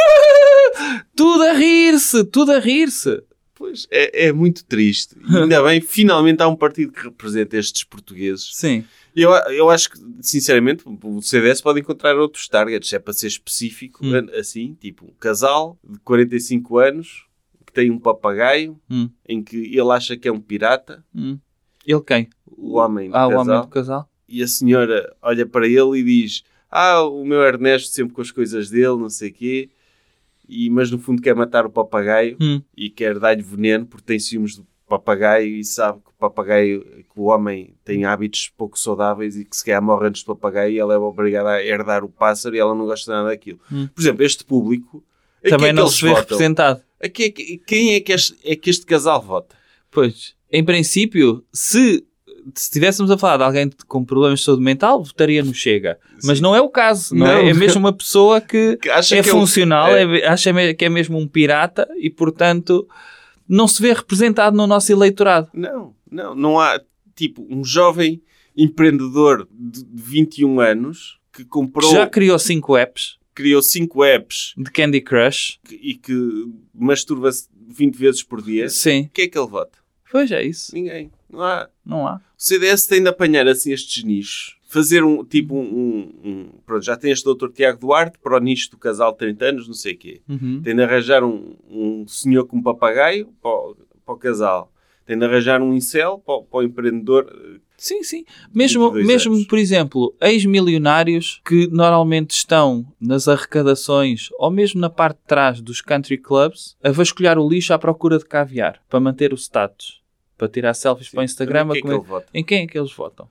S3: Tudo a rir-se, tudo a rir-se.
S2: Pois, é, é muito triste. E ainda bem, finalmente há um partido que representa estes portugueses.
S3: Sim.
S2: Eu, eu acho que, sinceramente, o CDS pode encontrar outros targets. É para ser específico,
S3: Hum.
S2: assim, tipo, um casal de 45 anos que tem um papagaio
S3: Hum.
S2: em que ele acha que é um pirata.
S3: Hum. Ele quem?
S2: O homem do
S3: Ah, o
S2: um casal.
S3: homem do casal.
S2: e a senhora olha para ele e diz: Ah, o meu Ernesto sempre com as coisas dele, não sei quê. E, mas no fundo quer matar o papagaio
S3: Hum.
S2: e quer dar-lhe veneno porque tem ciúmes do papagaio e sabe que o papagaio, que o homem tem hábitos pouco saudáveis e que se calhar morre antes do papagaio e ela é obrigada a herdar o pássaro e ela não gosta nada daquilo.
S3: Hum.
S2: Por exemplo, este público. a quem
S3: Também
S2: é que
S3: não
S2: eles
S3: se vê
S2: votam?
S3: representado.
S2: A quem é que- quem é que este, é que este casal vota?
S3: Pois. Em princípio, se se estivéssemos a falar de alguém com problemas de saúde mental, votaria no Chega. Mas não é o caso, não,
S2: Não.
S3: é? É mesmo uma pessoa que
S2: Que acha
S3: é
S2: que é um-
S3: funcional,
S2: é.
S3: é- acha me- que é mesmo um pirata e, portanto, não se vê representado no nosso eleitorado.
S2: Não, não, não há tipo um jovem empreendedor de de 21 anos que
S3: Que
S2: comprou,
S3: já criou cinco apps
S2: criou 5 apps
S3: de Candy Crush.
S2: que- e que masturba-se 20 vezes por dia.
S3: Sim.
S2: O que é que ele vota?
S3: Pois é isso.
S2: Ninguém. Não há.
S3: Não há.
S2: O CDS tem de apanhar assim estes nichos. Fazer um tipo um, um- um- pronto, já tem este doutor Tiago Duarte para o nicho do casal de 30 anos, não sei o quê.
S3: Uhum.
S2: Tem de arranjar um, um senhor com um papagaio para o, para o casal. Tem de arranjar um incel para, o- para o empreendedor eh,
S3: Sim, sim. Mesmo,
S2: 22
S3: mesmo
S2: anos.
S3: por exemplo, ex-milionários que normalmente estão nas arrecadações ou mesmo na parte de trás dos country clubs a vasculhar o lixo à procura de caviar para manter o status, para tirar selfies para o Instagram.
S2: Então,
S3: a
S2: em quem
S3: comer-
S2: é que ele vota?
S3: Em quem é que eles votam?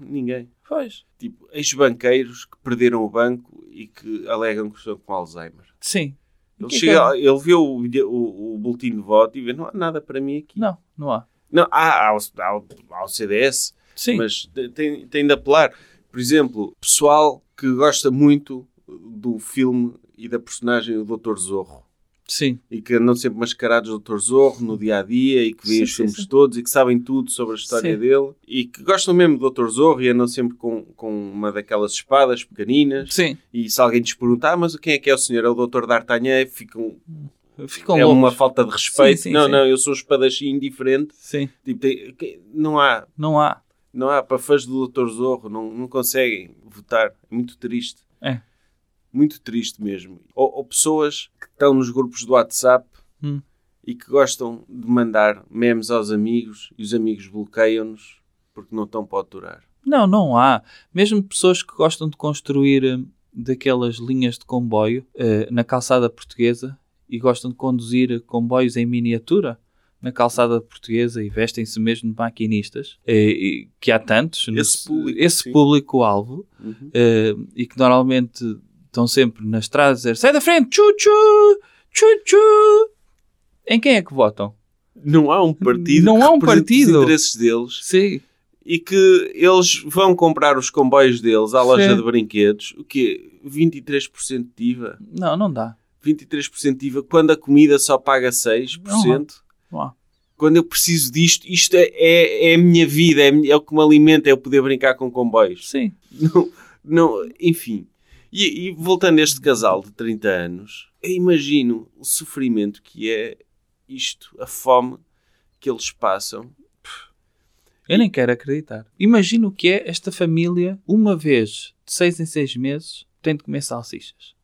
S2: Ninguém.
S3: Pois.
S2: Tipo, ex-banqueiros que perderam o banco e que alegam que estão com Alzheimer.
S3: Sim.
S2: Ele,
S3: Que
S2: chega,
S3: cara.
S2: ele vê o, bilhe- o, o boletim de voto e vê, não há nada para mim aqui.
S3: Não, não há.
S2: Não, há, há, o, há o- há o CDS,
S3: Sim.
S2: mas te- tem, tem de apelar. Por exemplo, pessoal que gosta muito do filme e da personagem do Dr. Zorro.
S3: Sim.
S2: E que andam sempre mascarados do Dr. Zorro no dia a dia e que veem
S3: Sim,
S2: os
S3: sim,
S2: filmes
S3: sim.
S2: todos e que sabem tudo sobre a história
S3: Sim.
S2: dele e que gostam mesmo do Dr. Zorro e andam sempre com, com uma daquelas espadas pequeninas.
S3: Sim.
S2: E se alguém lhes perguntar, ah, mas quem é que é o senhor? É o Dr. D'Artagnan? Fica um-
S3: Ficam
S2: é
S3: loucos.
S2: uma falta de respeito.
S3: Sim, sim,
S2: não,
S3: sim.
S2: não, eu sou um espadachim indiferente.
S3: Sim.
S2: Tipo, tem- que- não há,
S3: Não há.
S2: não há para fãs do Dr. Zorro, não, não conseguem votar. É muito triste.
S3: É.
S2: Muito triste mesmo. Ou, ou pessoas que estão nos grupos do WhatsApp
S3: Hum.
S2: e que gostam de mandar memes aos amigos e os amigos bloqueiam-nos porque não estão para aturar.
S3: Não, não há. Mesmo pessoas que gostam de construir hum, daquelas linhas de comboio eh, na calçada portuguesa e gostam de conduzir comboios em miniatura na calçada portuguesa e vestem-se mesmo de maquinistas, eh, e que há tantos, no-
S2: Esse público,
S3: esse
S2: sim.
S3: público-alvo, eh, e que normalmente estão sempre nas estradas a dizer sai da frente, tchu-tchu, tchu-tchu. Em quem é que votam?
S2: Não há um partido
S3: Não
S2: que
S3: há um
S2: represente
S3: partido.
S2: os interesses deles
S3: Sim,
S2: e que eles vão comprar os comboios deles à loja
S3: Sim.
S2: de brinquedos, o quê? 23% de IVA?
S3: não, não dá.
S2: 23% de IVA quando a comida só paga 6%?
S3: É um Não há.
S2: Quando eu preciso disto, isto é, é, é a minha vida, é, a minha- é o que me alimenta, é eu poder brincar com comboios.
S3: Sim,
S2: Não, não, enfim. E, e voltando a este casal de 30 anos, eu imagino o sofrimento que é isto, a fome que eles passam
S3: Eu nem quero acreditar. Imagino o que é esta família, uma vez de seis em seis meses, tem de comer salsichas.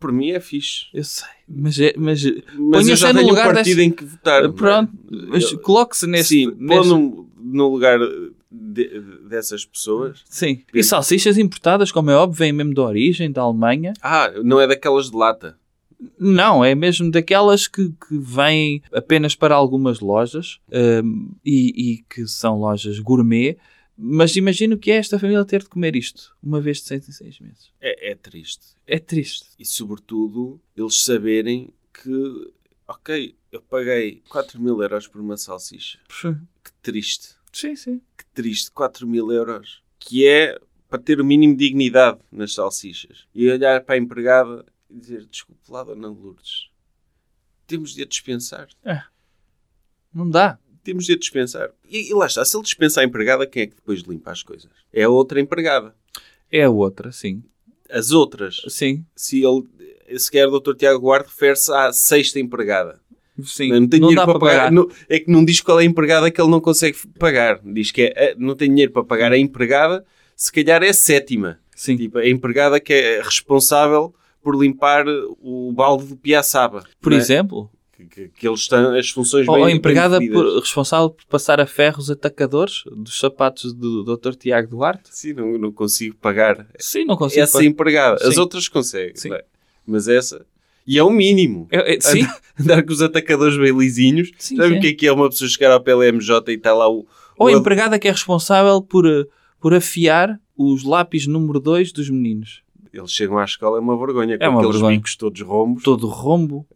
S2: Por mim é fixe.
S3: Eu sei, mas, é,
S2: Mas
S3: mas,
S2: eu
S3: Ponha-se
S2: já
S3: no
S2: tenho um
S3: lugar
S2: partido
S3: deste-
S2: em que votar. não é?
S3: pronto, mas
S2: Eu-
S3: coloque-se neste...
S2: Sim,
S3: neste-
S2: pondo no lugar de- dessas pessoas.
S3: Sim, e salsichas importadas, como é óbvio, vêm mesmo da origem, da Alemanha.
S2: Ah, não é daquelas de lata.
S3: Não, é mesmo daquelas que, que vêm ehm, apenas para algumas lojas hum, e, e que são lojas gourmet Mas imagino que é esta família ter de comer isto uma vez de seis em seis meses.
S2: É, é triste.
S3: É triste.
S2: E sobretudo eles saberem que, ok, eu paguei 4 mil euros por uma salsicha. Que triste.
S3: Sim, sim.
S2: Que triste. 4 mil euros. Que é para ter o mínimo de dignidade nas salsichas. E olhar para a empregada e dizer, desculpe lá, dona Lourdes. Temos de a dispensar.
S3: Não dá.
S2: Temos de a dispensar. E, e lá está. Se ele dispensa a empregada, quem é que depois limpa as coisas? É a outra empregada.
S3: É a outra, sim.
S2: As outras.
S3: Sim,
S2: se ele sequer o Dr. Tiago Guarda refere-se à sexta empregada.
S3: sim.
S2: Não tem dinheiro
S3: dá
S2: para pagar. Não- é que não diz qual é a empregada que ele não consegue pagar. Diz que é, é, não tem dinheiro para pagar a empregada, se calhar é a sétima.
S3: Sim.
S2: Tipo, a empregada que é responsável por limpar o balde do Piaçaba.
S3: Por
S2: não é?
S3: exemplo,
S2: Que, que- que eles têm as funções
S3: ou
S2: bem
S3: a empregada
S2: bem
S3: por-
S2: definidas.
S3: responsável por passar a ferro os atacadores dos sapatos do Dr. Tiago Duarte? É assim.
S2: Sim, não, não consigo pagar
S3: Sim, não consigo.
S2: essa
S3: pôr.
S2: empregada. As
S3: Sim.
S2: outras conseguem.
S3: Sim.
S2: não é? Mas essa... E é o mínimo.
S3: Eu- eu- sim,
S2: Andar com os atacadores bem lisinhos.
S3: Sim,
S2: Sabe
S3: sim.
S2: o que é que é uma pessoa chegar ao PLMJ e está lá o.
S3: ou
S2: o-
S3: a empregada que é responsável por, eh, por afiar os lápis número 2 dos meninos.
S2: Eles chegam à escola, é uma vergonha, com
S3: uma
S2: aqueles
S3: vergonha.
S2: bicos todos rombos.
S3: Todo rombo.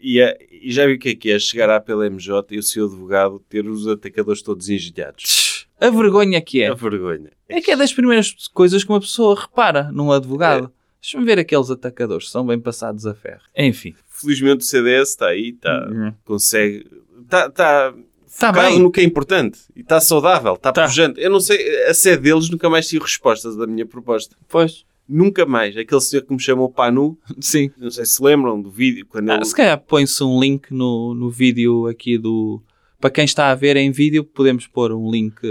S2: E, é- e já vi o que é que é chegar à PLMJ e o seu advogado ter os atacadores todos engelhados.
S3: A vergonha que
S2: É
S3: é.
S2: uma vergonha.
S3: É que é das primeiras coisas que uma pessoa repara num
S2: É.
S3: advogado. Deixa-me ver aqueles atacadores, são bem passados a ferro. Enfim.
S2: Felizmente o CDS está tá aí, está,
S3: Uhum.
S2: consegue. Está tá
S3: Está
S2: focado
S3: bem.
S2: no que é importante e está saudável, está
S3: Tá.
S2: pujante. Eu não sei, a sede deles nunca mais tive respostas da minha proposta.
S3: Pois.
S2: Nunca mais. Aquele senhor que me chamou Panu,
S3: Sim.
S2: não sei se lembram do vídeo, quando
S3: Ah,
S2: eu-
S3: se calhar põe-se um link no, no vídeo aqui do. Para quem está a ver em vídeo, podemos pôr um link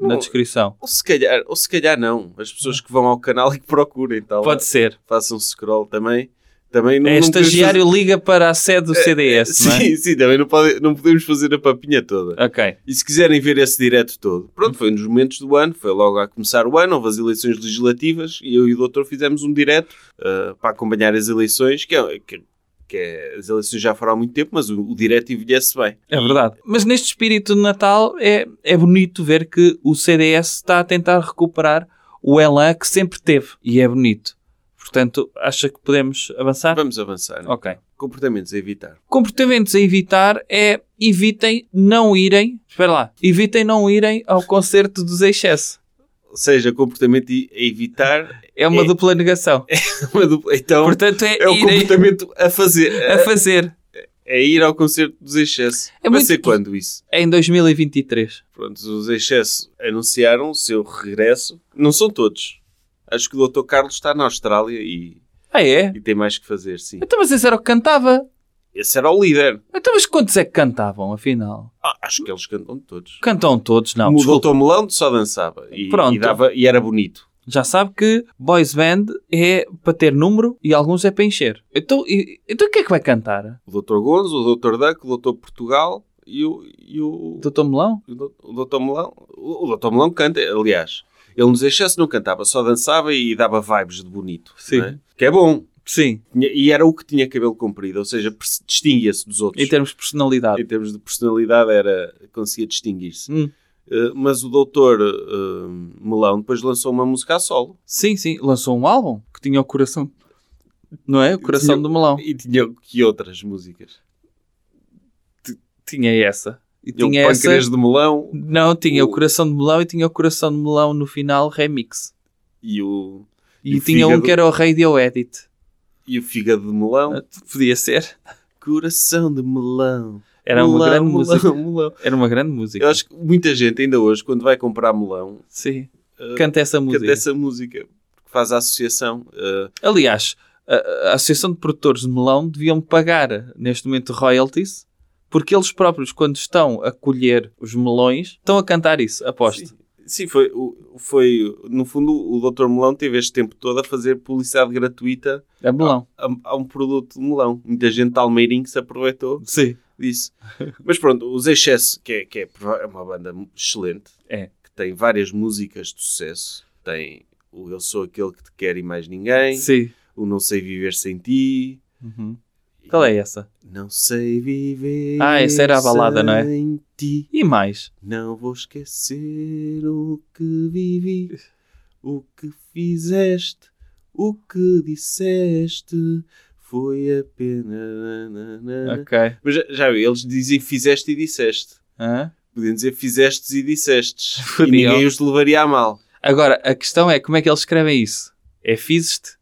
S3: na
S2: Não,
S3: descrição.
S2: Ou se calhar, ou se calhar não. As pessoas que vão ao canal e que procurem, tal.
S3: Pode ser.
S2: Façam um scroll também. Também não,
S3: É,
S2: não podemos
S3: estagiário liga para a sede do CDS,
S2: fazer-
S3: não é?
S2: Sim, sim, também não, pode- não podemos fazer a papinha toda.
S3: Ok. É
S2: E se quiserem ver esse direto todo, pronto, foi nos momentos do ano, foi logo a começar o ano, houve as eleições legislativas e eu e o doutor fizemos um direto ah, para acompanhar as eleições, que, é, que, que é- as eleições já foram há muito tempo, mas o, o direto envelhece bem.
S3: É verdade. Mas neste espírito de Natal é, é bonito ver que o CDS está a tentar recuperar o elan que sempre teve. E é bonito. Portanto, acha que podemos avançar?
S2: Vamos avançar. é?
S3: Ok.
S2: Comportamentos a evitar.
S3: Comportamentos a evitar é evitem não irem. Espera lá. Evitem não irem ao concerto dos Excesso.
S2: Ou seja, comportamento i- a evitar.
S3: É uma
S2: É.
S3: dupla negação.
S2: Então,
S3: Portanto, é,
S2: É o
S3: irem
S2: comportamento a fazer.
S3: a
S2: É,
S3: fazer
S2: é ir ao concerto dos excessos.
S3: É
S2: Vai
S3: muito-
S2: ser quando isso?
S3: em 2023.
S2: Pronto, os excessos anunciaram o seu regresso. Não são todos. Acho que o Dr. Carlos está na Austrália e,
S3: Ah, é?
S2: e tem mais que fazer, sim.
S3: Então, mas esse era o que cantava.
S2: Esse era o líder.
S3: Então, mas quantos é que cantavam, afinal?
S2: Ah, acho que eles cantam todos.
S3: Cantam todos, não.
S2: o
S3: desculpa.
S2: Dr. Melão só dançava e,
S3: Pronto.
S2: e dava, e era bonito.
S3: Já sabe que boys band é para ter número e alguns é para encher. Então, e- então o que é que vai cantar?
S2: O Dr. Gonzo, o Dr. Duck, o Dr. Portugal e o, e o,
S3: Doutor Melão?
S2: O Dr. o Dr. Melão, o o Dr. Melão canta, aliás, ele nos excesso não cantava, só dançava e dava vibes de bonito.
S3: Sim.
S2: não é? Que é bom.
S3: Sim.
S2: Tinha- E era o que tinha cabelo comprido, ou seja, perce- distinguia-se dos outros.
S3: Em termos de personalidade.
S2: Em termos de personalidade, era, conseguia distinguir-se.
S3: Hum.
S2: Eh, mas o Dr. eh, Melão depois lançou uma música a solo.
S3: Sim, sim. Lançou um álbum que tinha o coração. Não é? O coração
S2: Tinha-
S3: do melão.
S2: E tinha que outras músicas?
S3: Tinha essa. E
S2: Tinha o
S3: tinha essa.
S2: Pâncreas de Melão
S3: Não, tinha o...
S2: O-
S3: coração de melão e tinha o coração de melão no final remix.
S2: e o,
S3: E,
S2: E o
S3: tinha um
S2: fígado?
S3: que era o Radio Edit.
S2: e o Fígado de Melão.
S3: Ah, Podia ser.
S2: Coração de Melão.
S3: Era uma
S2: Melão,
S3: grande
S2: melão,
S3: música.
S2: melão.
S3: Era uma grande música.
S2: Eu acho que muita gente ainda hoje, quando vai comprar melão,
S3: Sim.
S2: eh,
S3: Uh, Canta essa música.
S2: canta essa música, porque faz a associação. eh,
S3: Aliás, a, a Associação de Produtores de Melão deviam pagar neste momento royalties, porque eles próprios, quando estão a colher os melões, estão a cantar isso, aposto.
S2: Sim, sim, foi, o- foi. No fundo, o Dr. Melão teve este tempo todo a fazer publicidade gratuita
S3: É melão.
S2: a, a um produto de melão. Muita gente de Almeirim que se aproveitou
S3: Ah, Sim.
S2: disso. Mas pronto, os Excesso, que é, que é prova- é uma banda excelente,
S3: É.
S2: que tem várias músicas de sucesso. Tem o Eu Sou Aquele que Te Quer e Mais Ninguém,
S3: Sim.
S2: o Não Sei Viver Sem Ti,
S3: Qual é essa?
S2: Não sei viver.
S3: Ah, essa era a balada, não é?
S2: Sem ti.
S3: E mais?
S2: Não vou esquecer o que vivi, o que fizeste, o que disseste. Foi a pena. na, na, na, na.
S3: Ok.
S2: Mas já, já vi, eles dizem fizeste e disseste.
S3: Hã?
S2: Podiam dizer fizestes e dissestes. E
S3: Podiam.
S2: ninguém os levaria a mal.
S3: Agora, a questão é como é que eles escrevem isso? É fizeste?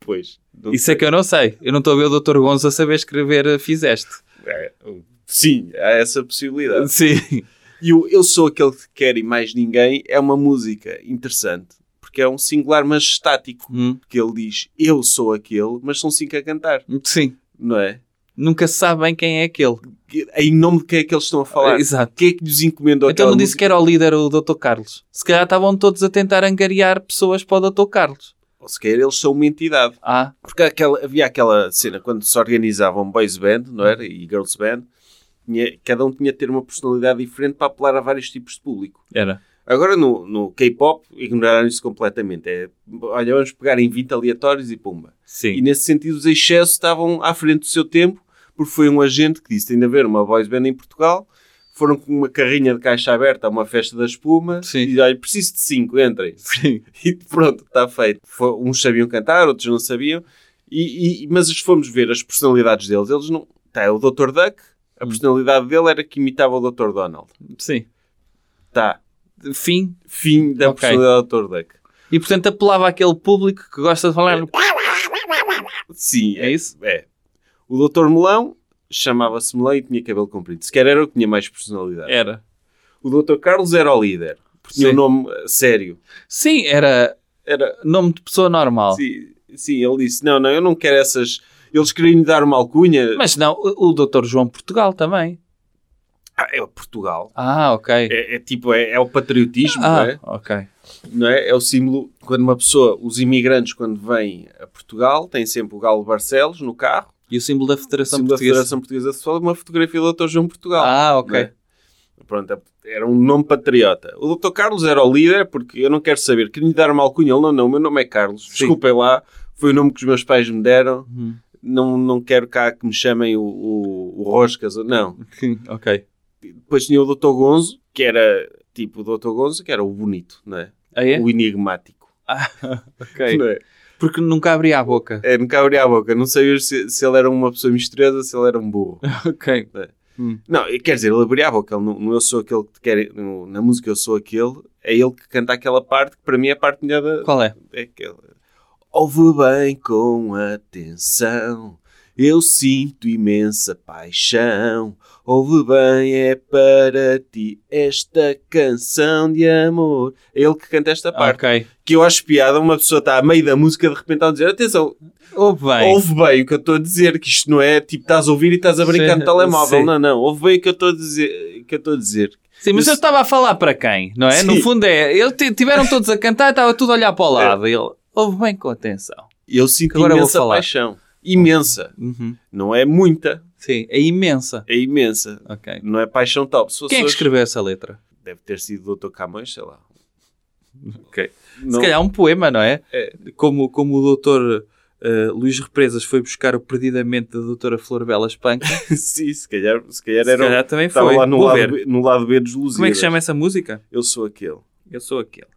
S2: Pois. não
S3: Isso é que eu não sei. Eu não estou a ver o Dr. Gonzo a saber escrever eh, fizeste.
S2: É, Sim, há essa possibilidade.
S3: Sim.
S2: E o Eu Sou Aquele Que Quer e Mais Ninguém é uma música interessante, porque é um singular mas estático,
S3: Hum,
S2: porque ele diz Eu sou aquele, mas são cinco a cantar,
S3: Sim.
S2: não é?
S3: Nunca se sabe bem quem é aquele.
S2: Que- Em nome de quem é que eles estão a falar?
S3: Exato.
S2: Quem é que lhes encomendou
S3: Então
S2: aquela
S3: não disse
S2: música?
S3: que era o líder o Dr. Carlos. Se calhar estavam todos a tentar angariar pessoas para o Dr. Carlos.
S2: Ou sequer eles são uma entidade.
S3: Ah,
S2: Porque há aquela- havia aquela cena quando se organizavam boys band, não era? E girls band, tinha- cada um tinha de ter uma personalidade diferente para apelar a vários tipos de público.
S3: era.
S2: Agora no, no K-pop ignoraram isso completamente. É, olha, vamos pegar em 20 aleatórios e pumba. E
S3: Sim.
S2: nesse sentido, os excessos estavam à frente do seu tempo, porque foi um agente que disse: tem de haver uma voz band em Portugal. Foram com uma carrinha de caixa aberta a uma festa da espuma
S3: Sim.
S2: e olha, preciso de cinco, entrem.
S3: Sim.
S2: E pronto, está feito. Fo- uns sabiam cantar, outros não sabiam. E, e- mas fomos ver as personalidades deles. Eles não. Tá, o Dr. Duck, a
S3: Hum.
S2: personalidade dele era que imitava o Dr. Donald.
S3: Sim.
S2: Tá.
S3: Fim.
S2: Fim da
S3: Ok.
S2: personalidade do Dr. Duck.
S3: E portanto apelava àquele público que gosta de falar.
S2: Sim,
S3: É isso?
S2: É. O Dr. Melão chamava-se Melão e tinha cabelo comprido. Sequer era o que tinha mais personalidade.
S3: Era.
S2: O Dr. Carlos era o líder. Porque tinha um
S3: É. Sim.
S2: nome eh, sério.
S3: Sim, era
S2: Era,
S3: nome de pessoa normal.
S2: sim, sim, ele disse, não, não, eu não quero essas... Eles queriam lhe dar uma alcunha.
S3: Mas não, o o Dr. João Portugal também.
S2: Ah, é o Portugal.
S3: Ah, ok.
S2: É, é tipo, é, é o patriotismo, não,
S3: ah,
S2: é?
S3: ok.
S2: não é? É o símbolo... Quando uma pessoa, os imigrantes, quando vêm a Portugal, têm sempre o Galo Barcelos no carro.
S3: E o símbolo da Federação
S2: símbolo da
S3: Portuguesa.
S2: Federação Portuguesa de Futebol, uma fotografia do Dr. João Portugal.
S3: Ah,
S2: não
S3: ok.
S2: é? Pronto, era um nome patriota. O Dr. Carlos era o líder, porque eu não quero saber, queria lhe dar uma alcunha. Ele, não, não, o meu nome é Carlos. Desculpem lá, foi o nome que os meus pais me deram.
S3: Uhum.
S2: Não, não quero cá que me chamem o, o, o Roscas. Não.
S3: Sim, Ok.
S2: Depois tinha o Dr. Gonzo, que era tipo o Dr. Gonzo, que era o bonito, não é?
S3: Aí é?
S2: O enigmático.
S3: Ok.
S2: Não é?
S3: Porque nunca abria a boca.
S2: É, nunca abria a boca. Não sabia se, se ele era uma pessoa misteriosa, se ele era um burro.
S3: Ok.
S2: Não, eu- quer dizer, ele abria a boca. Ele, no, no Eu Sou Aquele que te quer, no- na música Eu Sou Aquele, é ele que canta aquela parte que para mim é a parte melhor da.
S3: Qual é?
S2: É aquela. Ouve bem com atenção, eu sinto imensa paixão. Ouve bem, é para ti esta canção de amor. É ele que canta esta parte.
S3: Ah, Ok.
S2: Que eu acho piada, uma pessoa está a meio da música de repente a dizer: atenção,
S3: Ouve bem.
S2: Ouve bem o que eu estou a dizer, que isto não é tipo estás a ouvir e estás a brincar
S3: Sim,
S2: no telemóvel.
S3: sim.
S2: Não, não, ouve bem o que eu estou a dizer. Que eu estou a dizer.
S3: Sim, mas
S2: Isso-
S3: eu estava a falar para quem, não é?
S2: Sim. É.
S3: No fundo é. Eles ti- tiveram todos a cantar e estava tudo a olhar para o lado. E Ele ouve bem com atenção.
S2: Eu sinto
S3: Agora eu vou
S2: imensa
S3: falar.
S2: paixão. Imensa.
S3: Uhum.
S2: Não é muita,
S3: Sim, é imensa.
S2: é imensa.
S3: Ok.
S2: Não é paixão top. Se fosse
S3: Quem é que
S2: hoje,
S3: escreveu essa letra?
S2: Deve ter sido o Dr. Camões, sei lá.
S3: Ok.
S2: Não-
S3: Se calhar um poema, não é?
S2: É.
S3: Como, como o doutor eh, Luís Represas foi buscar o Perdidamente da doutora Flor Bela Espanca,
S2: Sim, se calhar, se calhar
S3: se
S2: era. um-
S3: calhar também
S2: estava
S3: foi.
S2: lá no
S3: Vou
S2: lado,
S3: ver.
S2: B, no lado B dos Lusíadas.
S3: Como é que se chama essa música?
S2: Eu sou aquele.
S3: Eu sou aquele.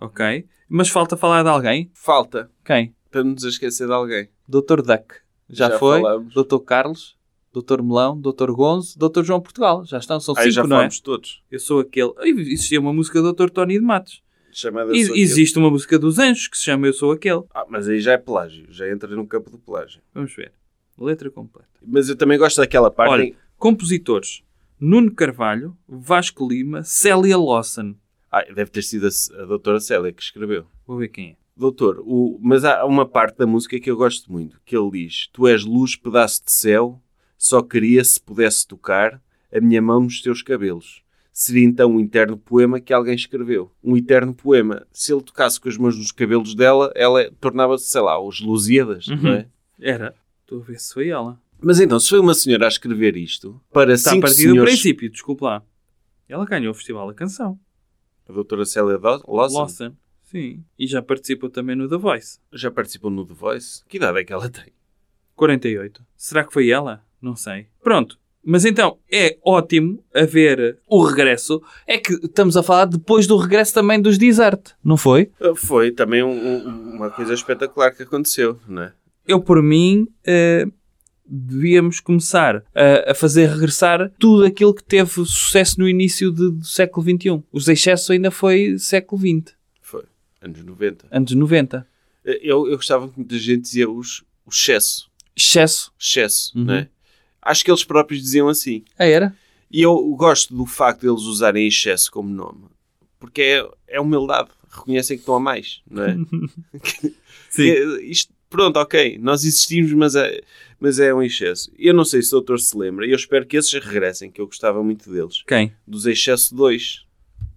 S3: Ok. Mas falta falar de alguém?
S2: Falta.
S3: Quem?
S2: Estamos a esquecer de alguém.
S3: Doutor Duck. Já,
S2: Já
S3: foi.
S2: falámos.
S3: Doutor Carlos. Doutor Melão. Doutor Gonzo. Doutor João Portugal. Já estão. São
S2: Aí já
S3: cinco, não é?
S2: falámos todos.
S3: Eu sou aquele. Ai, Existia uma música do Doutor Tony de Matos.
S2: Chamada Eu
S3: E,
S2: Sou Aquele.
S3: existe uma música dos Anjos que se chama Eu Sou Aquele.
S2: Ah, mas aí já é plágio. Já entra no campo do plágio.
S3: Vamos ver. Letra completa.
S2: Mas eu também gosto daquela parte.
S3: Olha.
S2: em-
S3: Compositores: Nuno Carvalho, Vasco Lima, Célia Lawson.
S2: Ah, deve ter sido a, S- a doutora Célia que escreveu.
S3: Vou ver quem é.
S2: Doutor, o- mas há uma parte da música que eu gosto muito, que ele diz Tu és luz, pedaço de céu, só queria se pudesse tocar a minha mão nos teus cabelos. Seria então um eterno poema que alguém escreveu. Um eterno poema. Se ele tocasse com as mãos nos cabelos dela, ela tornava-se, sei lá, os Lusíadas,
S3: Uhum.
S2: não é?
S3: Era. Estou a ver se foi ela.
S2: Mas então, se foi uma senhora a escrever isto, para
S3: Está a
S2: cinco
S3: partir do
S2: senhores...
S3: princípio, desculpa lá. Ela ganhou o Festival da Canção.
S2: A doutora Célia Do- Lawson,
S3: Lawson. Sim. E já participou também no The Voice.
S2: já participou no The Voice? Que idade é que ela tem?
S3: 48. Será que foi ela? Não sei. Pronto. Mas então é ótimo haver o regresso. É que estamos a falar depois do regresso também dos Desert, não foi?
S2: Ah, Foi também um- um- uma coisa espetacular que aconteceu, não é?
S3: Eu, por mim, eh, devíamos começar a, a fazer regressar tudo aquilo que teve sucesso no início de- do século XXI. Os excessos ainda foi século XX,
S2: Foi. Anos 90.
S3: anos 90.
S2: Eh, Eu, eu gostava que muita gente dizia os, o excesso.
S3: Excesso.
S2: Excesso,
S3: Uhum.
S2: não é? Acho que eles próprios diziam assim.
S3: Ah, era?
S2: E eu gosto do facto de eles usarem excesso como nome. Porque é, é humildade. Reconhecem que estão a mais, não é? Que- isto- pronto, ok, nós existimos, mas é, mas é um excesso. Eu não sei se o doutor se lembra, e eu espero que esses regressem, que eu gostava muito deles.
S3: Eh, Quem?
S2: Dos Excesso 2,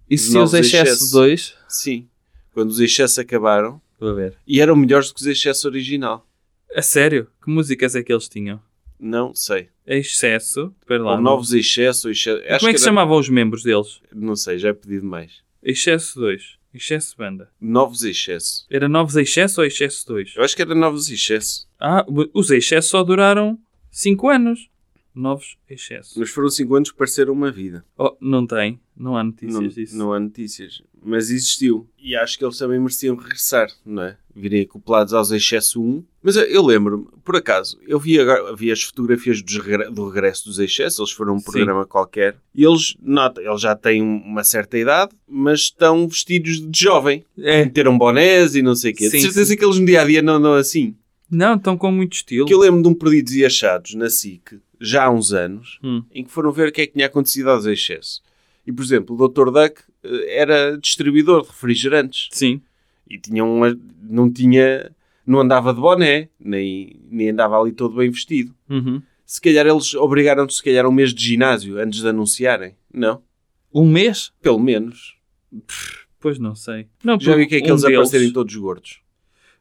S3: E
S2: Os
S3: se os
S2: novos
S3: excessos
S2: excessos.
S3: 2?
S2: sim. Quando os excessos acabaram,
S3: Vou ver.
S2: e eram melhores do que os excessos original.
S3: A sério? Que músicas é que eles tinham?
S2: Não sei.
S3: Excesso. Espera lá.
S2: Ou novos excessos, ou excesso...
S3: Como é que se chamavam os membros deles?
S2: Não sei, já é pedido mais.
S3: Excesso 2. Excesso Banda.
S2: Novos excessos.
S3: Era Novos Excesso ou Excesso 2?
S2: Eu acho que era novos excessos.
S3: Ah, os Excessos só duraram 5 anos. Novos Excessos.
S2: Mas foram 5 anos que pareceram uma vida.
S3: Oh, não tem. Não há notícias
S2: não,
S3: disso.
S2: não há notícias. Mas existiu. E acho que eles também mereciam regressar, não é? Virem acoplados aos Excesso 1. Mas eu, eu lembro-me, por acaso, eu vi, agora- vi as fotografias dos regre- do regresso dos Excessos, eles foram a um
S3: Sim.
S2: programa qualquer, e eles, nota, eles já têm um, uma certa idade, mas estão vestidos de jovem.
S3: É.
S2: Meteram bonés e não sei o quê.
S3: Sim,
S2: de certeza
S3: sim.
S2: que eles no dia a dia não andam assim.
S3: Não, estão com muito estilo.
S2: Porque eu lembro de um Perdidos e Achados na SIC, já há uns anos,
S3: Hum.
S2: em que foram ver o que é que tinha acontecido aos excessos. E, por exemplo, o Dr. Duck eh, era distribuidor de refrigerantes
S3: Sim.
S2: e tinha uma, não tinha, não andava de boné, nem, nem andava ali todo bem vestido.
S3: Uhum.
S2: Se calhar eles obrigaram-te, se calhar, um mês de ginásio antes de anunciarem. Não,
S3: Um mês?
S2: pelo menos.
S3: Pois não sei. Não,
S2: Já vi que
S3: porque
S2: é que eles
S3: Um deles-
S2: aparecerem todos gordos.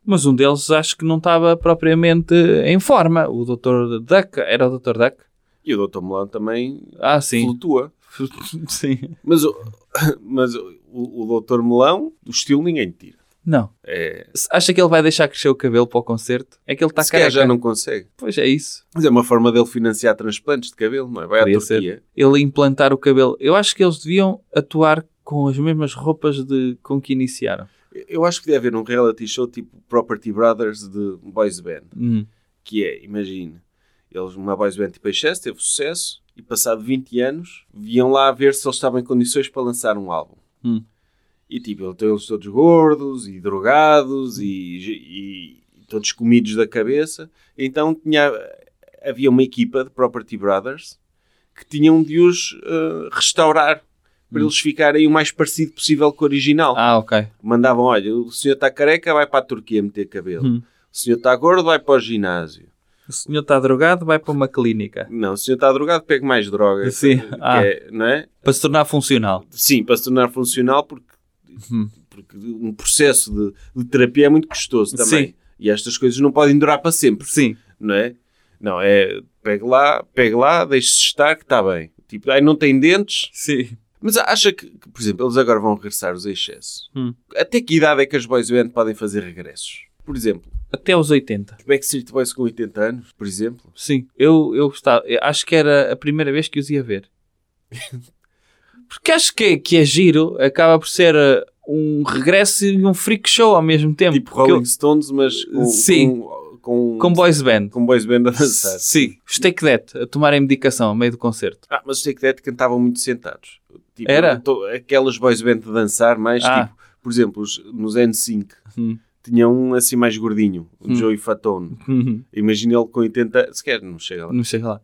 S3: Mas um deles acho que não estava propriamente em forma. O Dr. Duck. Era o Dr. Duck?
S2: E o Dr. Melão também
S3: Ah, sim.
S2: flutua.
S3: sim.
S2: Mas, o, mas o, o Dr. Melão, o estilo ninguém lhe tira.
S3: Não.
S2: É,
S3: Se Acha que ele vai deixar crescer o cabelo para o concerto? É que ele está
S2: se calhar
S3: careca.
S2: já não consegue.
S3: Pois é isso.
S2: Mas é uma forma dele financiar transplantes de cabelo, não é? Vai à
S3: Podia
S2: Turquia.
S3: Ele implantar o cabelo. Eu acho que eles deviam atuar com as mesmas roupas de, com que iniciaram.
S2: Eu acho que deve haver um reality show tipo Property Brothers de boys band.
S3: Hum.
S2: Que é, imagina, eles, uma boys band tipo Excess teve sucesso e passado 20 anos vinham lá ver se eles estavam em condições para lançar um álbum.
S3: Hum.
S2: E tipo, então eles todos gordos e drogados e, e todos comidos da cabeça. Então tinha, havia uma equipa de Property Brothers que tinham de os eh, restaurar para eles ficarem o mais parecido possível com o original
S3: Hum. Ah, ok.
S2: mandavam: olha, o senhor está careca, vai para a Turquia meter cabelo.
S3: Hum.
S2: O senhor está gordo, vai para o ginásio.
S3: O senhor está drogado, vai para uma clínica.
S2: Não, o senhor está drogado, pegue mais droga.
S3: Sim.
S2: Que
S3: Ah.
S2: é, não é?
S3: Para se tornar funcional.
S2: Sim, para se tornar funcional, porque,
S3: Hum.
S2: porque um processo de, de terapia é muito custoso também.
S3: Sim.
S2: E estas coisas não podem durar para sempre,
S3: Sim.
S2: não é? Não, é pegue lá, pegue lá, deixe-se estar que está bem. Tipo, aí não tem dentes.
S3: Sim.
S2: Mas acha que, que, por exemplo, eles agora vão regressar os excessos.
S3: Hum.
S2: Até que idade é que as boys band podem fazer regressos? Por exemplo, é
S3: Até aos 80.
S2: Os Backstreet Boys com 80 anos, por exemplo.
S3: Sim, eu, eu gostava. Eu acho que era a primeira vez que os ia ver. Porque acho que, que é giro, acaba por ser uh, um regresso e um freak show ao mesmo tempo.
S2: Tipo
S3: Porque
S2: Rolling Stones, mas com,
S3: Sim.
S2: com, com, um
S3: eu- com boys band.
S2: com boys band a dançar.
S3: Sim, os Take That, a tomarem medicação a meio do concerto.
S2: Ah, mas os Take That cantavam muito sentados. Tipo,
S3: Era?
S2: eu tô- aquelas boys band a dançar, mais
S3: Ah.
S2: tipo, por exemplo, os- nos N5.
S3: Hum.
S2: Tinha um assim mais gordinho, o
S3: Hum.
S2: Joey Fatone. Imagina ele com 80, sequer não chega lá.
S3: Não chega lá.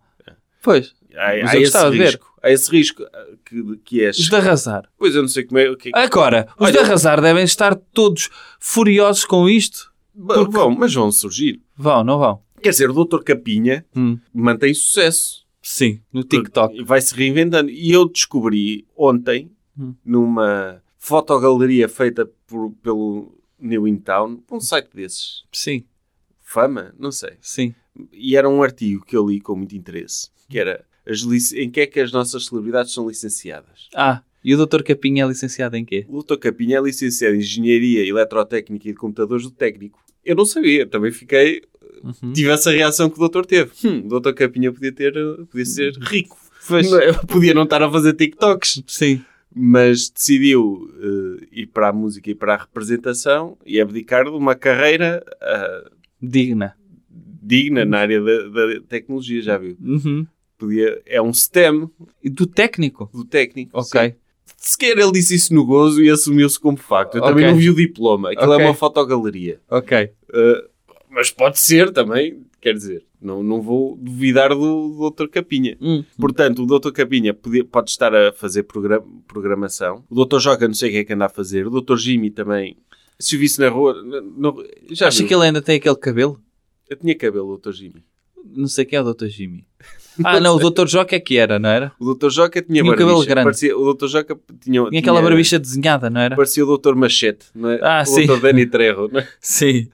S3: Pois,
S2: Há,
S3: Mas
S2: há
S3: eu
S2: esse
S3: gostava de ver.
S2: risco, há esse risco ah, que, que é.
S3: os Ah, de arrasar.
S2: Pois eu não sei como é. o que é que-
S3: Agora, os
S2: Olha-
S3: de arrasar devem estar todos furiosos com isto. porque-
S2: Vão, mas vão surgir.
S3: Vão, não vão?
S2: Quer dizer, o Dr. Capinha
S3: Hum.
S2: mantém sucesso.
S3: Sim, no TikTok.
S2: E Vai-se reinventando. E eu descobri ontem,
S3: Hum.
S2: numa fotogaleria feita por- pelo New In Town, um site desses,
S3: Sim,
S2: Fama, não sei.
S3: sim.
S2: E era um artigo que eu li com muito interesse, que era as lic- em que é que as nossas celebridades são licenciadas.
S3: Ah, e o Dr. Capinha é licenciado em quê?
S2: O Dr. Capinha é licenciado em Engenharia Eletrotécnica e de Computadores do Técnico. Eu não sabia, também fiquei tive essa reação que o doutor teve. Hum, o doutor Capinha podia ter, podia ser rico.
S3: Pois.
S2: Podia não estar a fazer TikToks.
S3: Sim.
S2: Mas decidiu eh, ir para a música e para a representação e abdicar de uma carreira ah,
S3: Digna.
S2: digna na área da, da tecnologia, já viu?
S3: Uhum.
S2: Podia, é um STEM
S3: E do técnico.
S2: do técnico. sim.
S3: Ok.
S2: Sequer ele disse isso no gozo e assumiu-se como facto. Eu também
S3: Ok.
S2: não vi o diploma. Aquilo
S3: Ok.
S2: é uma fotogaleria.
S3: Ok.
S2: Uh, mas pode ser também, quer dizer, não, não vou duvidar do, do Dr. Capinha.
S3: Hum.
S2: Portanto, o Dr. Capinha podia- pode estar a fazer progra- programação. O Dr. Joca não sei o que é que anda a fazer. O Dr. Jimmy também. Se o visse na rua... n- não- já
S3: Acha
S2: viu?
S3: que ele ainda tem aquele cabelo?
S2: Eu tinha cabelo, o Dr. Jimmy.
S3: Não sei quem é o Dr. Jimmy. Ah, não, o Dr. Joca é que era, não era?
S2: O Dr. Joca tinha,
S3: Tinha um
S2: barbicha.
S3: cabelo grande.
S2: Parecia- o Dr. Joca tinha...
S3: Tinha aquela barbicha desenhada, não era?
S2: Parecia o Dr. Machete, não é?
S3: Ah,
S2: o
S3: sim.
S2: Dr. Dani Trejo. não é?
S3: Sim.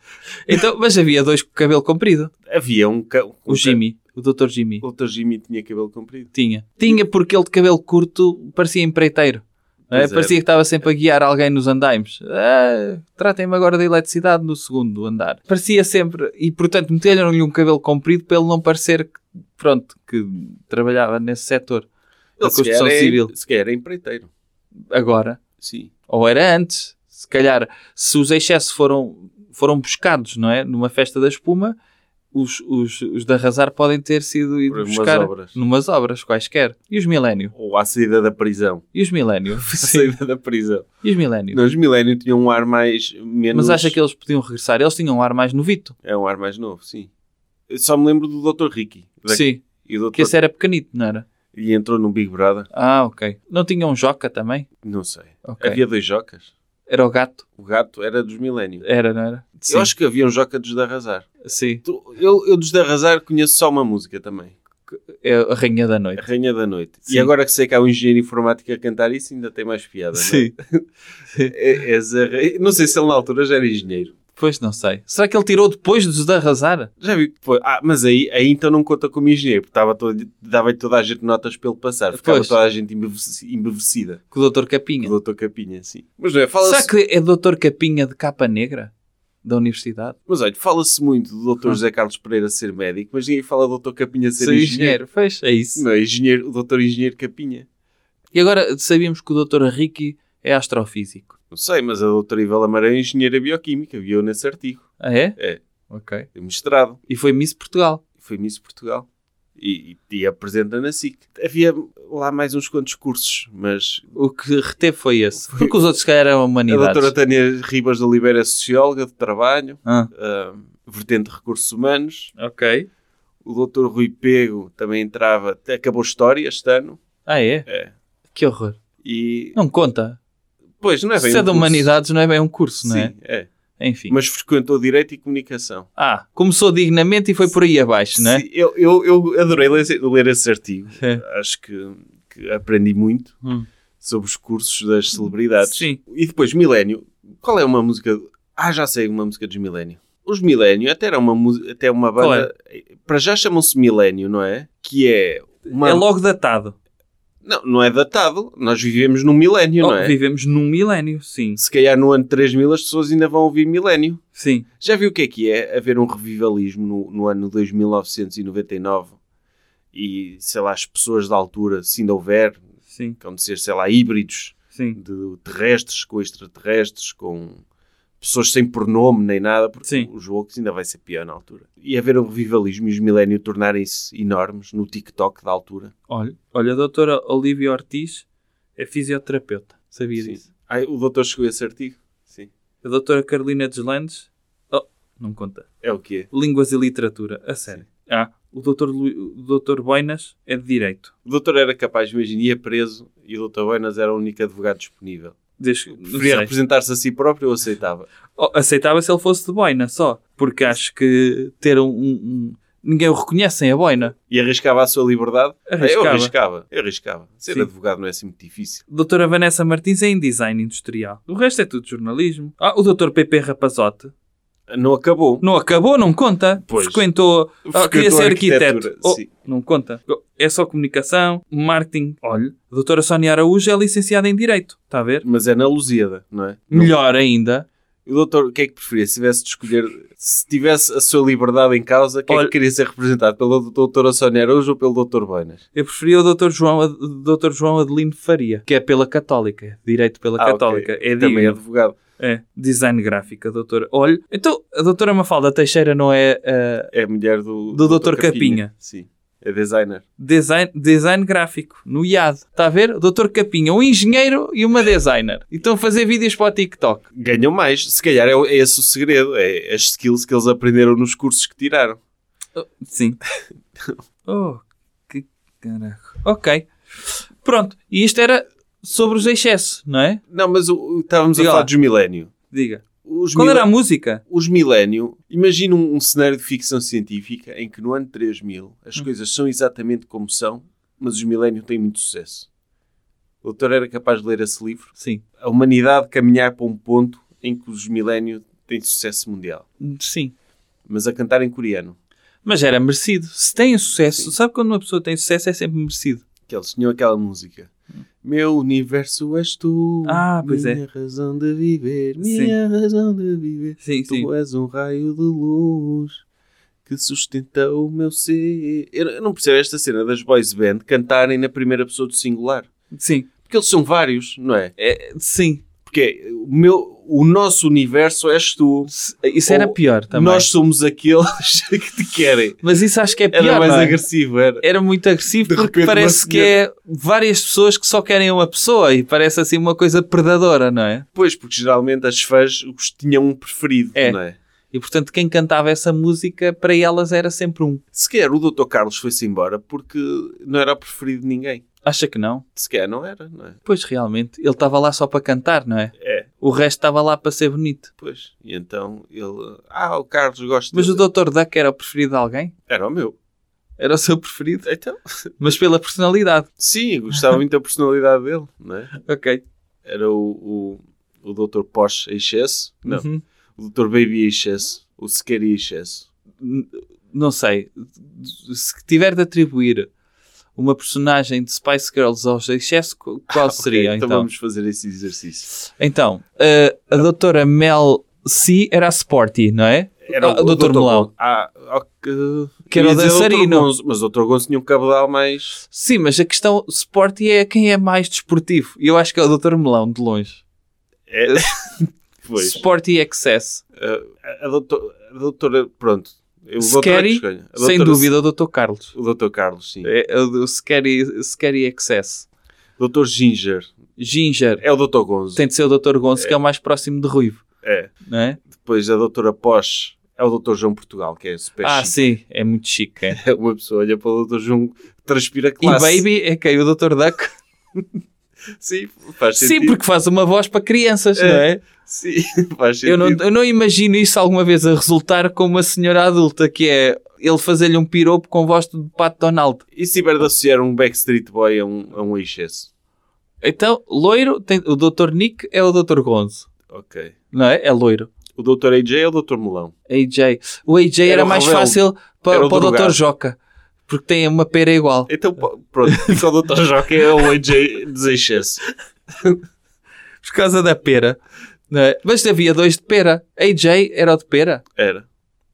S3: Então, mas havia dois com cabelo comprido.
S2: Havia um... ca- um
S3: O Jimmy, o Dr. Jimmy.
S2: O Dr. Jimmy tinha cabelo comprido.
S3: Tinha. Tinha porque ele de cabelo curto parecia empreiteiro. não é?
S2: Pois é.
S3: Parecia que estava sempre a guiar alguém nos andaimes. Ah, Tratem-me agora da eletricidade no segundo andar. Parecia sempre. E portanto meteram-lhe um cabelo comprido para ele não parecer que, pronto, que trabalhava nesse setor. da
S2: Ele se
S3: construção
S2: calhar é-
S3: civil.
S2: Se calhar é empreiteiro.
S3: Agora.
S2: Sim.
S3: Ou era antes. Se calhar, se os excessos foram, foram buscados, não é? Numa festa da espuma, os, os, os de arrasar podem ter sido
S2: Por
S3: ido
S2: umas
S3: buscar
S2: obras.
S3: numas obras quaisquer. E os milénio?
S2: Ou à saída da prisão.
S3: E os milénio?
S2: À saída da prisão.
S3: E os milénio?
S2: Não, os Millennium tinham um ar mais. Menos,
S3: Mas acha que eles podiam regressar? Eles tinham um ar mais novito.
S2: É um ar mais novo, sim. Eu só me lembro do Dr. Ricky. Da-
S3: Sim.
S2: E o Dr.
S3: Porque esse é- era pequenito, não era?
S2: E entrou no Big Brother.
S3: Ah, ok. Não tinha um joca também?
S2: Não sei.
S3: Ok.
S2: Havia dois jocas.
S3: Era o gato?
S2: O gato era dos Millennium.
S3: Era, não era? Sim.
S2: Eu acho que havia um joca dos de arrasar.
S3: Sim.
S2: Tu- Eu, eu dos de arrasar conheço só uma música também.
S3: É a rainha da
S2: A
S3: noite.
S2: Rainha da Noite.
S3: Sim.
S2: E agora que sei que há um engenheiro informático a cantar isso, ainda tem mais piada. não é? É- és a rei- Não sei se ele na altura já era engenheiro.
S3: Pois não sei. Será que ele tirou depois dos de arrasar?
S2: Já vi que foi. Ah, mas aí, aí então não conta como engenheiro, porque estava todo- dava-lhe toda a gente notas pelo passar. Ficava
S3: Pois.
S2: toda a gente embeveci- embevecida.
S3: Com o Dr. Capinha?
S2: O Dr. Capinha, sim. Mas não é,
S3: Será
S2: fala-se.
S3: que é Dr. Capinha de capa negra? Da universidade?
S2: Mas olha, fala-se muito do
S3: Ah.
S2: Dr. José Carlos Pereira ser médico, mas ninguém fala do Dr. Capinha ser
S3: Ser
S2: engenheiro.
S3: Pois, é isso.
S2: Não, é engenheiro, o Dr. Engenheiro Capinha.
S3: E agora sabíamos que o Dr. Ricky é astrofísico.
S2: Não sei, mas a doutora Iva Lamar é engenheira bioquímica, viu nesse artigo.
S3: Ah, é?
S2: É.
S3: Ok.
S2: É mestrado.
S3: E foi Miss Portugal.
S2: foi Miss Portugal e, e, e apresenta na SIC. Havia lá mais uns quantos cursos, mas
S3: O que reteve foi esse. Porque os outros, se calhar, eram
S2: a
S3: humanidades.
S2: doutora Tânia Ribas de Oliveira é socióloga de trabalho,
S3: Ah,
S2: ah, vertente de recursos humanos.
S3: ok.
S2: O doutor Rui Pego também entrava, até acabou história este ano.
S3: Ah, é?
S2: É.
S3: Que horror.
S2: E,
S3: Não conta.
S2: pois, não é bem
S3: Se é
S2: um
S3: de
S2: curso.
S3: humanidades, não é bem um curso, não é?
S2: Sim, é.
S3: Enfim.
S2: Mas frequentou Direito e Comunicação.
S3: Ah, começou dignamente e foi por aí abaixo, não é?
S2: Sim, eu, eu, eu adorei ler, esse- ler esse artigo.
S3: É.
S2: Acho que, que aprendi muito
S3: Hum.
S2: sobre os cursos das celebridades.
S3: Sim.
S2: E depois, Milénio. Qual é uma música... Ah, já sei uma música dos Milénio. Os Milénio até era uma, mu- até uma
S3: Qual
S2: banda... Para já chamam-se Milénio, não é? Que é... Uma...
S3: É logo datado.
S2: Não, não é datado. Nós vivemos num milénio,
S3: Oh,
S2: não é?
S3: Vivemos num milénio, sim.
S2: Se calhar no ano 3000 as pessoas ainda vão ouvir milénio.
S3: Sim.
S2: Já viu o que é que é haver um revivalismo no, no ano 2999? E, sei lá, as pessoas da altura, se ainda houver,
S3: Sim.
S2: acontecer, sei lá, híbridos
S3: Sim.
S2: de terrestres com extraterrestres, com pessoas sem pronome nem nada, porque
S3: Sim.
S2: o jogo ainda vai ser pior na altura. E haver um revivalismo e os milénio tornarem-se enormes no TikTok da altura.
S3: Olha, olha, a doutora Olivia Ortiz é fisioterapeuta. Sabia
S2: Sim.
S3: disso?
S2: Ai, o doutor chegou a esse artigo? Sim.
S3: A doutora Carolina Deslandes... Oh, não conta.
S2: É o quê?
S3: Línguas e literatura. A sério. Ah, o doutor, Lu... o doutor Boinas é de direito.
S2: O doutor era capaz, imagina, ia preso e o doutor Buenas era o único advogado disponível.
S3: Deixa... não
S2: Preferia
S3: sei.
S2: representar-se a si próprio, eu aceitava.
S3: Oh, aceitava se ele fosse de boina só, porque acho que ter um. um- um- ninguém o reconhece sem a boina.
S2: E arriscava a sua liberdade?
S3: Arriscava.
S2: Eu arriscava, eu arriscava. Ser
S3: Sim.
S2: advogado não é assim muito difícil.
S3: Doutora Vanessa Martins é em design industrial. O resto é tudo jornalismo. Ah, o doutor PP Rapazote
S2: Não acabou.
S3: não acabou, não conta.
S2: Pois.
S3: Frequentou. Ah,
S2: Frequentou
S3: queria ser
S2: arquitetura,
S3: arquiteto. Oh,
S2: sim.
S3: não conta. Oh, É só comunicação, marketing. Olha, a doutora Sónia Araújo é licenciada em Direito. Está a ver?
S2: Mas é na Lusíada, não é?
S3: Melhor ainda,
S2: O E o doutor, o que é que preferia? Se tivesse de escolher, se tivesse a sua liberdade em causa, quem é
S3: Olha-
S2: que queria ser representado? Pelo doutora Sónia Araújo ou pelo doutor Boinas?
S3: Eu preferia o Dr. João, Ad- Dr. João Adelino Faria, que é pela Católica, direito pela
S2: Ah, ok.
S3: Católica. É
S2: Também é
S3: digno.
S2: advogado.
S3: É, design gráfico, a doutora. Olha, então a doutora Mafalda Teixeira não é ah,
S2: É a mulher do,
S3: Do
S2: doutor
S3: doutor Capinha.
S2: Sim. É designer.
S3: design, design gráfico, no IAD. Está a ver? O doutor Capinha, um engenheiro e uma designer. E estão a fazer vídeos para o TikTok.
S2: Ganham mais. Se calhar é, o- é esse o segredo. É as skills que eles aprenderam nos cursos que tiraram.
S3: Sim. oh, que caraco. Ok. Pronto, e isto era sobre os excessos, não é?
S2: Não, mas o- o- estávamos
S3: Diga
S2: a falar
S3: lá.
S2: dos milénio.
S3: Diga.
S2: Os
S3: Qual
S2: mil-
S3: era a música?
S2: Os milénio, imagina um, um cenário de ficção científica em que no ano 3000 as coisas são exatamente como são, mas os milénio têm muito sucesso. O doutor era capaz de ler esse livro.
S3: Sim.
S2: A humanidade caminhar para um ponto em que os milénio têm sucesso mundial,
S3: Sim.
S2: mas a cantar em coreano.
S3: Mas era merecido. Se tem sucesso, sabe quando uma pessoa tem sucesso é sempre merecido.
S2: Que eles tinham aquela música. Meu universo és tu,
S3: Ah, pois é.
S2: minha razão de viver, minha razão de viver.
S3: Sim,
S2: Tu és um raio de luz que sustenta o meu ser. Eu eu não percebo esta cena das boys band cantarem na primeira pessoa do singular.
S3: Sim.
S2: Porque eles são vários, não é?
S3: É, sim.
S2: Porque é, o, meu, o nosso universo és tu.
S3: Se- Isso era
S2: Ou
S3: pior também.
S2: Nós somos aqueles que te querem.
S3: Mas isso acho que é pior.
S2: Era mais
S3: não é?
S2: agressivo, era.
S3: Era muito agressivo
S2: De
S3: porque
S2: repente, uma
S3: parece que é várias pessoas que só querem uma pessoa e parece assim uma coisa predadora, não é?
S2: Pois, porque geralmente as fãs os tinham um preferido,
S3: É.
S2: não é?
S3: E portanto, quem cantava essa música para elas era sempre um.
S2: Sequer o Dr. Carlos foi-se embora porque não era o preferido de ninguém.
S3: Acha que não?
S2: Sequer não era, não é?
S3: Pois realmente, ele estava lá só para cantar, não é?
S2: É.
S3: O resto estava lá para ser bonito.
S2: Pois. E então ele. Ah, o Carlos gosta.
S3: Mas o
S2: dele."
S3: Dr. Duck era o preferido de alguém?
S2: Era o meu.
S3: Era o seu preferido?
S2: Então,
S3: Mas pela personalidade.
S2: sim, eu gostava muito da personalidade dele, não é?
S3: Ok.
S2: Era o, o, o Dr. Porsche em excesso. Não.
S3: Uhum.
S2: O Dr. Baby em excesso. O Sequeira em excesso.
S3: N- Não sei. Se tiver de atribuir uma personagem de Spice Girls aos excesso, qu- qual seria
S2: Ok,
S3: então?
S2: Então vamos fazer esse exercício.
S3: Então, eh, a doutora Mel C era a Sporty, não é? Ah, o Dr. Melão.
S2: Gon- Ah, ok.
S3: Que era
S2: Eu ia
S3: o
S2: dizer Dr.
S3: dançarino.
S2: Gonzo, mas o Dr. Gonzo tinha um cabedal mais.
S3: Sim, mas a questão Sporty é quem é mais desportivo. E eu acho que é o Dr. Melão, de longe.
S2: É. pois.
S3: Sporty Excess.
S2: A, a doutor- a doutora, pronto. Eu, o doutor é que
S3: Scary,
S2: escolhe. A
S3: Sem
S2: doutora-
S3: dúvida, o Dr. Carlos.
S2: O doutor Carlos, sim.
S3: É, é o do Scary, Scary Excess.
S2: Doutor Ginger.
S3: Ginger.
S2: É o doutor Gonzo.
S3: Tem de ser o Dr. Gonzo, que é o mais próximo de Ruivo.
S2: É.
S3: Não é?
S2: Depois a doutora Porsche. É o doutor João Portugal, que é super
S3: Ah,
S2: chique.
S3: sim. É muito chique. é.
S2: É Uma pessoa olha para o doutor João, transpira
S3: E
S2: classe.
S3: Baby é quem? O Dr. Duck?
S2: Sim, faz sentido.
S3: Sim, porque faz uma voz para crianças, não é?
S2: Sim, faz sentido.
S3: Eu não, eu não imagino isso alguma vez a resultar com uma senhora adulta, que é ele fazer-lhe um piropo com voz de Pato Donald.
S2: E se tiver de associar um Backstreet Boy a um, a um excesso?
S3: Então, loiro, tem, o Dr. Nick é o Dr. Gonzo,
S2: Ok.
S3: não é? É loiro.
S2: O doutor AJ é o doutor Melão.
S3: AJ. O AJ era,
S2: Era o
S3: mais
S2: rebelde.
S3: fácil para,
S2: Era o
S3: para o Dr.
S2: drogado.
S3: Joca, porque tem uma pera igual.
S2: Então, po- pronto, só o doutor Joca é o AJ dos excessos.
S3: Por causa da pera. Não é? Mas havia dois de pera. AJ era o de pera.
S2: Era.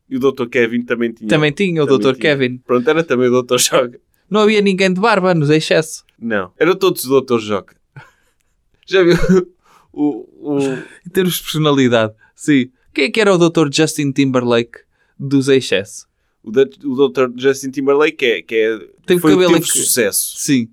S2: E o doutor Kevin também tinha.
S3: Também tinha o
S2: Também
S3: Dr.
S2: tinha.
S3: Kevin.
S2: Pronto, era também o doutor Joca.
S3: Não havia ninguém de barba nos excesso.
S2: Não. Era todos o doutor Joca. Já viu? O, o,
S3: Em termos de personalidade, sim. Quem é que era o Dr. Justin Timberlake dos excesso?
S2: O, da- o Dr. Justin Timberlake que é, que é
S3: Tem o
S2: foi o que
S3: cabelo
S2: teve
S3: em que-
S2: sucesso.
S3: Sim,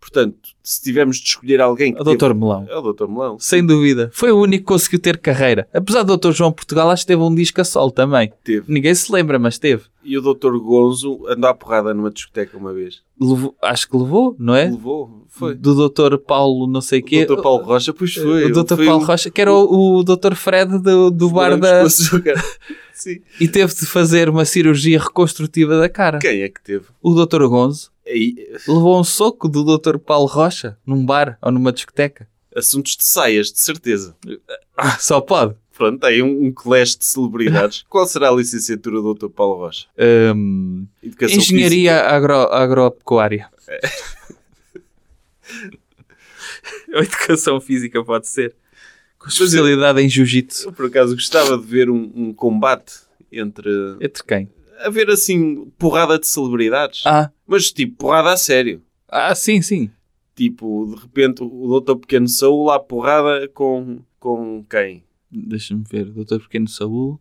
S2: Portanto, se tivermos de escolher alguém que
S3: o Dr. Melão.
S2: teve... É o Dr. Melão.
S3: Sem dúvida. Foi o único que conseguiu ter carreira. Apesar do Dr. João Portugal, acho que teve um disco a sol também.
S2: Teve.
S3: Ninguém se lembra, mas teve.
S2: E o Dr. Gonzo andou à porrada numa discoteca uma vez.
S3: Levou- acho que levou, não é?
S2: Levou, foi.
S3: Do Dr. Paulo não sei quê.
S2: O Dr. Paulo Rocha, pois foi.
S3: O Dr.
S2: Foi
S3: Paulo
S2: um-
S3: Rocha, que era o, o Dr. Fred do, do bar
S2: morangos
S3: da...
S2: com açúcar. Sim.
S3: E teve de fazer uma cirurgia reconstrutiva da cara.
S2: Quem é que teve?
S3: O Dr. Gonzo
S2: Aí,
S3: levou um soco do Dr. Paulo Rocha num bar ou numa discoteca.
S2: assuntos de saias, de certeza.
S3: Ah, só pode.
S2: Pronto, aí um, um clash de celebridades. Qual será a licenciatura do Dr. Paulo Rocha?
S3: Hum,
S2: Educação
S3: engenharia agro, agropecuária.
S2: É.
S3: Ou educação física pode ser. com especialidade em jiu-jitsu.
S2: Eu, por acaso, gostava de ver um, um combate entre...
S3: Entre quem?
S2: Haver, assim, porrada de celebridades.
S3: Ah,
S2: Mas, tipo, porrada a sério.
S3: ah sim, sim.
S2: Tipo, de repente, o doutor Pequeno Saúl lá porrada com... Com quem?
S3: Deixa-me ver, Doutor Pequeno Saúl.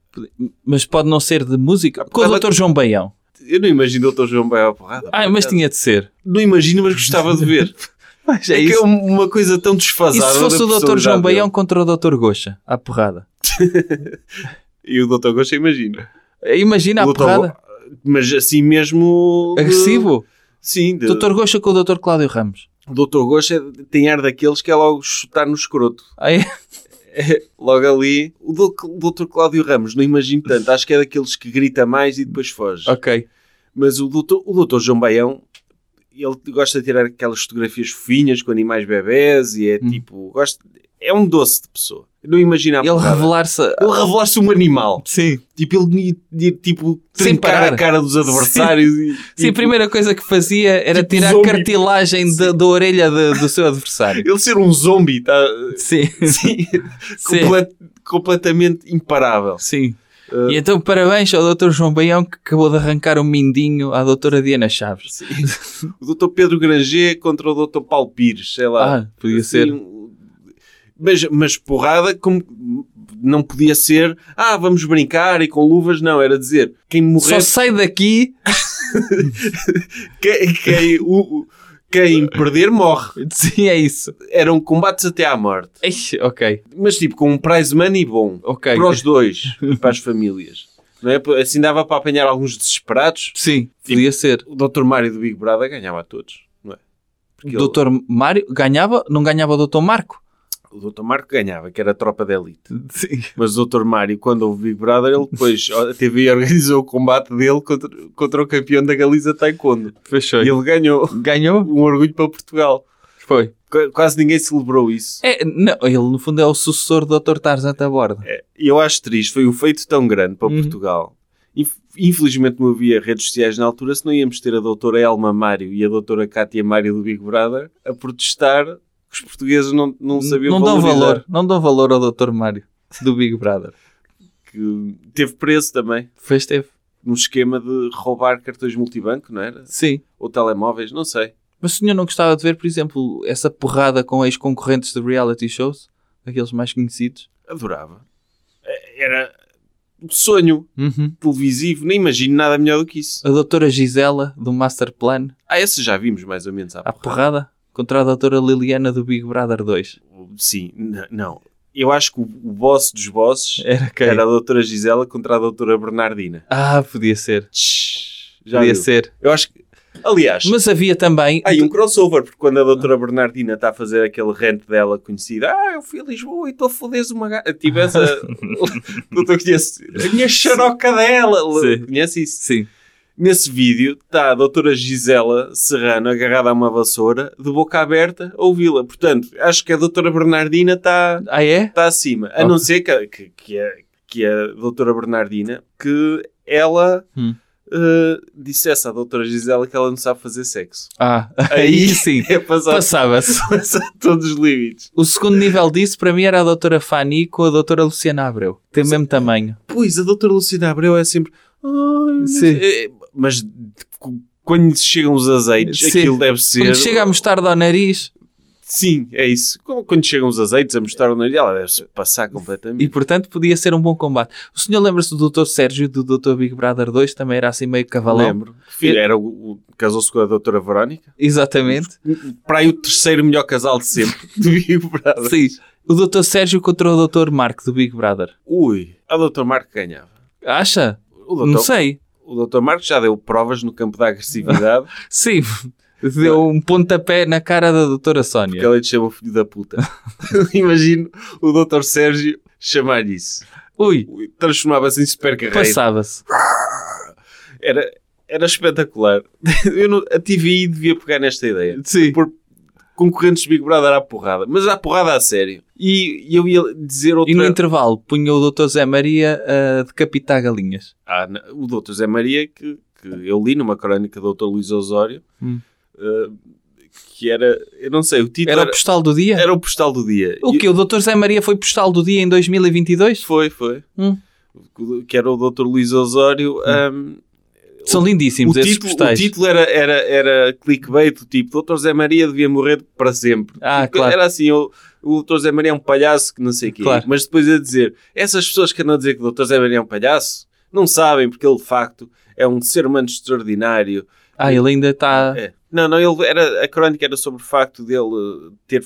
S3: Mas pode não ser de música?
S2: Ah,
S3: Com o
S2: ela-
S3: Doutor João Baião.
S2: Eu não imagino o doutor João Baio à porrada.
S3: Ah,
S2: por
S3: mas
S2: acaso.
S3: tinha de ser.
S2: Não imagino, mas gostava de ver.
S3: Mas
S2: é que é um- uma coisa tão
S3: E
S2: desfasada.
S3: se fosse
S2: da
S3: o Dr. João
S2: personalidade
S3: Baião contra o Dr. Goxa? À porrada.
S2: dele. E o doutor Gosta, imagina.
S3: Eh, Imagina
S2: O
S3: a
S2: Dr.
S3: porrada.
S2: Go- Mas assim mesmo... de-
S3: Agressivo.
S2: Sim. De...
S3: Dr. Goxa com o Dr. Cláudio Ramos.
S2: O doutor Gosta tem ar daqueles que é logo chutar no escroto.
S3: Aí,
S2: Logo ali. O doc- o doutor Cláudio Ramos, não imagino tanto. Acho que é daqueles que grita mais e depois foge.
S3: ok.
S2: Mas o doutor, o doutor João Baião... Ele gosta de tirar aquelas fotografias fofinhas com animais bebés e é
S3: Hum.
S2: tipo... Gosta... É um doce de pessoa. Eu Não imagina a
S3: Ele
S2: É porrada.
S3: revelar-se.
S2: Ele revelar-se um animal.
S3: Sim.
S2: Tipo, ele ia- ia, tipo,
S3: Sem
S2: trincar
S3: parar.
S2: a cara dos adversários. e,
S3: Sim, a
S2: tipo,
S3: primeira coisa que fazia era
S2: Tipo
S3: tirar a
S2: zombi.
S3: cartilagem da, da orelha de- do seu adversário.
S2: Ele ser um zombie, tá?
S3: Sim.
S2: Sim,
S3: Sim.
S2: complet- completamente imparável.
S3: Sim. E então parabéns ao Dr. João Baião que acabou de arrancar um mindinho à Dra. Diana Chaves.
S2: O Dr. Pedro Granger contra o Dr. Paulo Pires, sei lá.
S3: Ah, podia
S2: Assim,
S3: ser.
S2: um- Mas, mas porrada, como não podia ser, ah, vamos brincar e com luvas, não, era dizer, quem
S3: Só
S2: morrer,
S3: sai daqui.
S2: quem, quem, o- o- quem perder morre.
S3: Sim, é isso.
S2: Eram combates até à morte.
S3: Ixi, ok.
S2: Mas tipo, com um prize money bom.
S3: Ok.
S2: Para os dois. e para as famílias. Não é? Assim dava para apanhar alguns desesperados.
S3: Sim, podia ser.
S2: O Dr. Mário do Big Brother ganhava a todos. Não é? Porque ele-
S3: Doutor Mário ganhava, não ganhava o Doutor Marco?
S2: o Dr. Marco ganhava, que era a tropa de elite.
S3: Sim.
S2: Mas o Dr. Mário, quando houve Big Brother, ele depois a TV organizou o combate dele contra, contra o campeão da Galiza Taekwondo.
S3: Fechou.
S2: E ele ganhou.
S3: Ganhou?
S2: Um orgulho para Portugal.
S3: Foi.
S2: Qu- Quase ninguém celebrou isso.
S3: É, não, ele no fundo é o sucessor do Dr. Tarzan da Borda.
S2: E eu acho triste, foi um feito tão grande para
S3: Uhum.
S2: Portugal. Inf- Infelizmente não havia redes sociais na altura, senão íamos ter a doutora Elma Mário e a doutora Cátia Mário do Big Brother a protestar que os portugueses não, não sabiam
S3: não dão
S2: valorizar.
S3: valor, não dão valor ao Dr. Mário do Big Brother.
S2: Que teve preso também,
S3: Fez teve.
S2: num esquema de roubar cartões multibanco, não era?
S3: Sim.
S2: Ou telemóveis, não sei.
S3: Mas o senhor não gostava de ver, por exemplo, essa porrada com ex-concorrentes de reality shows? Aqueles mais conhecidos?
S2: Adorava. Eh, Era um sonho televisivo, nem imagino nada melhor do que isso.
S3: A Doutora Gisela do Master Plan,
S2: Ah, esse já vimos mais ou menos à
S3: à porrada, contra a Doutora Liliana do Big Brother 2.
S2: Sim, n- não. Eu acho que o o boss dos bosses
S3: Era quem?
S2: Era a doutora Gisela contra a doutora Bernardina.
S3: Ah, podia ser.
S2: Tch, Já
S3: Podia
S2: viu.
S3: ser.
S2: Eu acho que... Aliás,
S3: Mas havia também.
S2: há aí um crossover, porque quando a doutora Bernardina está a fazer aquele rant dela conhecida, ah, eu fui a Lisboa e estou a foder uma gata. Tivesse a... doutor conhece... A minha xaroca dela.
S3: Sim.
S2: Conhece isso?
S3: Sim.
S2: Nesse vídeo está a doutora Gisela Serrano agarrada a uma vassoura, de boca aberta, a ouvi-la. Portanto, acho que a doutora Bernardina está
S3: Ah, é?
S2: está acima. A
S3: Ok.
S2: não ser que, que, que, a, que a doutora Bernardina, que ela
S3: Hum.
S2: eh, dissesse à doutora Gisela que ela não sabe fazer sexo.
S3: Ah,
S2: Aí-
S3: aí sim.
S2: É passar,
S3: Passava-se.
S2: passar todos os limites.
S3: O segundo nível disso para mim era a Doutora Fanny com a Doutora Luciana Abreu. Tem o mesmo tamanho.
S2: Pois, a doutora Lucina Abreu é sempre... "Ai,
S3: Sim.
S2: Mas, eh, mas cu- quando lhe chegam os azeites,
S3: Sim.
S2: aquilo deve ser...
S3: Quando chega a mostarda ao nariz
S2: Sim, é isso. Quando quando chegam os azeites a mostrar o nariz, ela deve-se passar
S3: e
S2: completamente.
S3: portanto podia ser um bom combate. O senhor lembra-se do Dr. Sérgio do Dr. Big Brother 2? Também era assim meio cavalão.
S2: Lembro. Filho, era o, o- casou-se com a doutora Verónica.
S3: Exatamente.
S2: para aí o terceiro melhor casal de sempre do Big Brother.
S3: Sim. O Dr. Sérgio contra o Dr. Marco do Big Brother.
S2: Ui, a Dr. Marco ganhava.
S3: Acha?
S2: O
S3: Não
S2: Dr.
S3: sei.
S2: O Dr. Marco já deu provas no campo da agressividade
S3: Sim. Deu um pontapé na cara da Doutora
S2: que
S3: Sónia.
S2: ela lhe chama filho da puta. Imagino o Dr. Sérgio chamar-lhe isso.
S3: Ui,
S2: Ui, Transformava-se em supercarreiro.
S3: passava-se.
S2: Era, era espetacular. Eu não- a TVI devia pegar nesta ideia.
S3: Sim.
S2: Por concorrentes de Big Brother à porrada. Mas à porrada a sério. E, e eu ia dizer outra...
S3: E no intervalo punha o Dr. Zé Maria a decapitar galinhas.
S2: Ah, na- o Dr. Zé Maria, que, que eu li numa crónica do Dr. Luís Osório,
S3: Hum.
S2: eh, que era, eu não sei, o título
S3: Era
S2: era,
S3: o postal do dia?
S2: era o postal do dia.
S3: O
S2: E-
S3: que? O Dr. Zé Maria foi postal do dia em 2022?
S2: Foi, foi.
S3: Hum.
S2: Que era o Dr. Luís Osório. hum, ahm,
S3: São
S2: o,
S3: lindíssimos esses
S2: título, o
S3: postais.
S2: título era, era, era clickbait, do tipo, Dr. Zé Maria devia morrer para sempre.
S3: Ah,
S2: Tipo,
S3: claro.
S2: Era assim, o, o Dr. Zé Maria é um palhaço que não sei o quê.
S3: Claro.
S2: Mas depois a dizer, essas pessoas que andam a dizer que o Dr. Zé Maria é um palhaço, não sabem, porque ele de facto é um ser humano extraordinário,
S3: Ah, ele ainda está.
S2: É. Não, não, ele era, a crónica era sobre o facto dele eh, ter,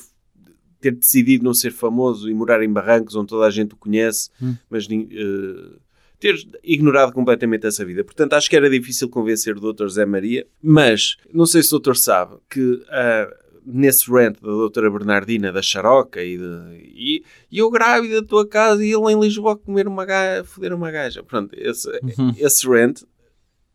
S2: ter decidido não ser famoso e morar em barrancos onde toda a gente o conhece,
S3: Hum.
S2: mas nin- eh, ter ignorado completamente essa vida. Portanto, acho que era difícil convencer o Dr. Zé Maria, mas não sei se o doutor sabe que ah, nesse rant da doutora Bernardina da Xaroca e, de, e, e eu grávida da tua casa e ele em Lisboa a comer uma gaja, foder uma gaja. Pronto, esse,
S3: Uhum.
S2: esse rant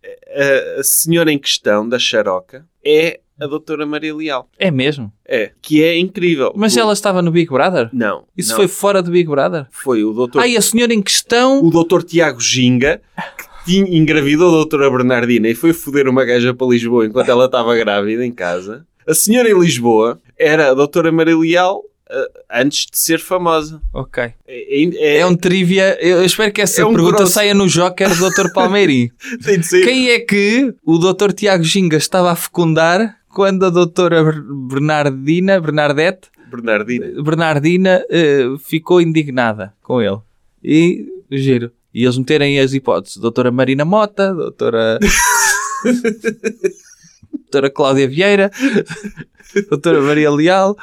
S2: a, a senhora em questão, da Xaroca, é a doutora Maria Leal.
S3: É mesmo.
S2: É. Que é incrível.
S3: Mas
S2: O-
S3: ela estava no Big Brother?
S2: Não.
S3: Isso
S2: não.
S3: foi fora do Big Brother?
S2: Foi o doutor...
S3: Ah, e a senhora em questão.
S2: O doutor Tiago Ginga, que tinha, engravidou a doutora Bernardina e foi foder uma gaja para Lisboa enquanto ela estava grávida em casa. A senhora em Lisboa era a doutora Maria Leal eh, antes de ser famosa.
S3: Ok.
S2: É, é-
S3: É, um trivia. Eu eu espero que essa
S2: É um
S3: pergunta
S2: grosso.
S3: saia no Joker do Dr. Palmeirim.
S2: tem de ser...
S3: Quem é que o Dr. Tiago Ginga estava a fecundar quando a Doutora Bernardina, Bernadette,
S2: Bernardina.
S3: Bernardina eh, ficou indignada com ele? E giro. E eles meterem as hipóteses. Doutora Marina Mota, Doutora. Doutora Cláudia Vieira, Doutora Maria Leal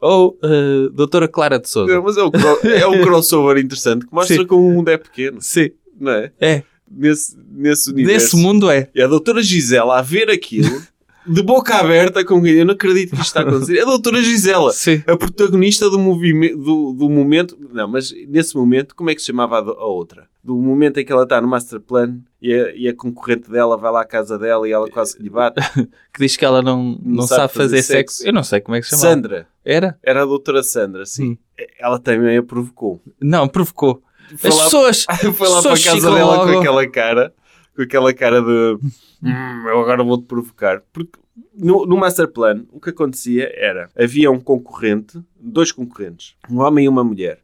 S3: ou eh, Doutora Clara de Souza.
S2: Não, mas é um, cro- é um crossover interessante que mostra
S3: Sim.
S2: como o mundo é pequeno,
S3: Sim,
S2: não é?
S3: é.
S2: Nesse, nesse universo.
S3: Nesse mundo é.
S2: E a doutora Gisela a ver aquilo, de boca aberta, com eu não acredito que isto está a acontecer. É a doutora Gisela,
S3: Sim.
S2: a protagonista do, movime- do, do momento. Não, mas nesse momento, como é que se chamava a, do- a outra? Do momento em que ela está no master plan e a, e a concorrente dela vai lá à casa dela e ela quase que lhe bate.
S3: Que diz que ela não, não, sabe, fazer, sexo. Eu não sei como é que se chama.
S2: Sandra.
S3: Era?
S2: Era a doutora Sandra, sim.
S3: Sim.
S2: Ela também a provocou.
S3: Não, provocou.
S2: Foi
S3: As
S2: lá-
S3: pessoas.
S2: Foi lá
S3: Só
S2: para a casa
S3: chegam
S2: dela
S3: logo.
S2: com aquela cara, com aquela cara de "Hum, eu agora vou-te provocar. Porque no, no Master Plan, o que acontecia era, havia um concorrente, dois concorrentes, um homem e uma mulher,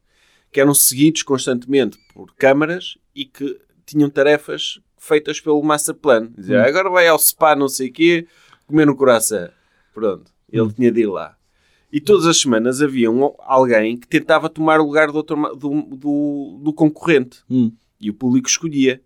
S2: que eram seguidos constantemente por câmaras e que tinham tarefas feitas pelo Master Plan. Dizia,
S3: Hum.
S2: agora vai ao spa não sei o quê, comer no coração. Pronto, ele
S3: Hum.
S2: tinha de ir lá. E todas as semanas havia um- alguém que tentava tomar o lugar do, outro ma- do- do- do concorrente
S3: Hum.
S2: e o público escolhia.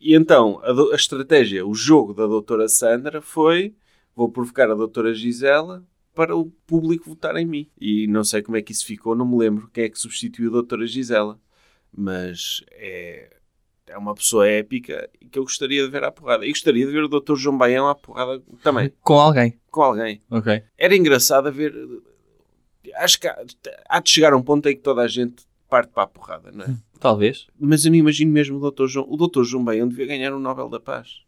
S2: E então a, do- a estratégia, o jogo da doutora Sandra foi: vou provocar a doutora Gisela para o público votar em mim. E não sei como é que isso ficou, não me lembro quem é que substituiu a doutora Gisela, mas é, é uma pessoa épica e que eu gostaria de ver à porrada. E gostaria de ver o doutor João Baião à porrada também,
S3: Com alguém.
S2: com alguém.
S3: Ok.
S2: Era engraçado a ver. Acho que há, há de chegar um ponto em que toda a gente parte para a porrada,
S3: Hum.
S2: não é?
S3: Talvez.
S2: Mas eu não imagino mesmo o Dr. João. O Dr. João Baião devia ganhar o Nobel da Paz.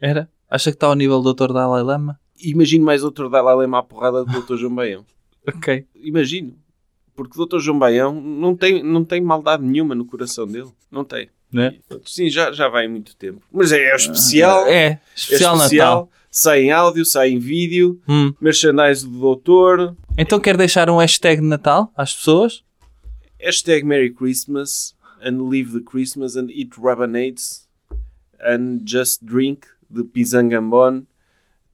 S3: Era. Acha que está ao nível do Dr. Dalai Lama?
S2: Imagino mais outro Dalai Lama à porrada do Dr. João Baião.
S3: Ok.
S2: Imagino. Porque o Dr. João Baião não tem, não tem maldade nenhuma no coração dele. Não tem.
S3: Né?
S2: Sim, já, já vai muito tempo. Mas é, é o especial. É,
S3: Ah, É. Especial, Natal.
S2: especial. Sai em áudio, sai em vídeo.
S3: Hum.
S2: Merchandise do Doutor.
S3: Então quer deixar um hashtag de Natal às pessoas?
S2: Hashtag Merry Christmas. And live the Christmas and eat rabanates. and just drink the pisangambon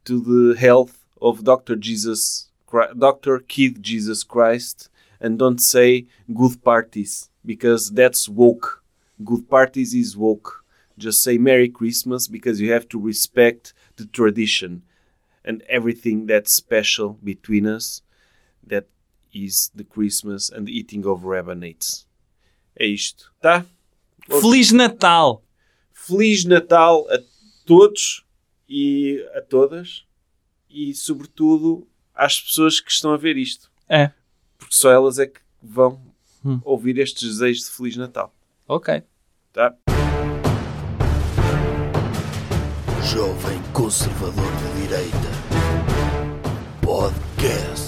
S2: to the health of Dr. Jesus, Chri- Dr. Kid Jesus Christ, and don't say good parties because that's woke. Good parties is woke. Just say Merry Christmas because you have to respect the tradition and everything that's special between us. That is the Christmas and the eating of rabanates. É isto, tá? Ok.
S3: Feliz Natal!
S2: Feliz Natal a todos e a todas e sobretudo às pessoas que estão a ver isto,
S3: É.
S2: porque só elas é que vão
S3: Hum.
S2: ouvir estes desejos de Feliz Natal,
S3: Ok.
S2: tá?
S1: Jovem Conservador de Direita. Podcast.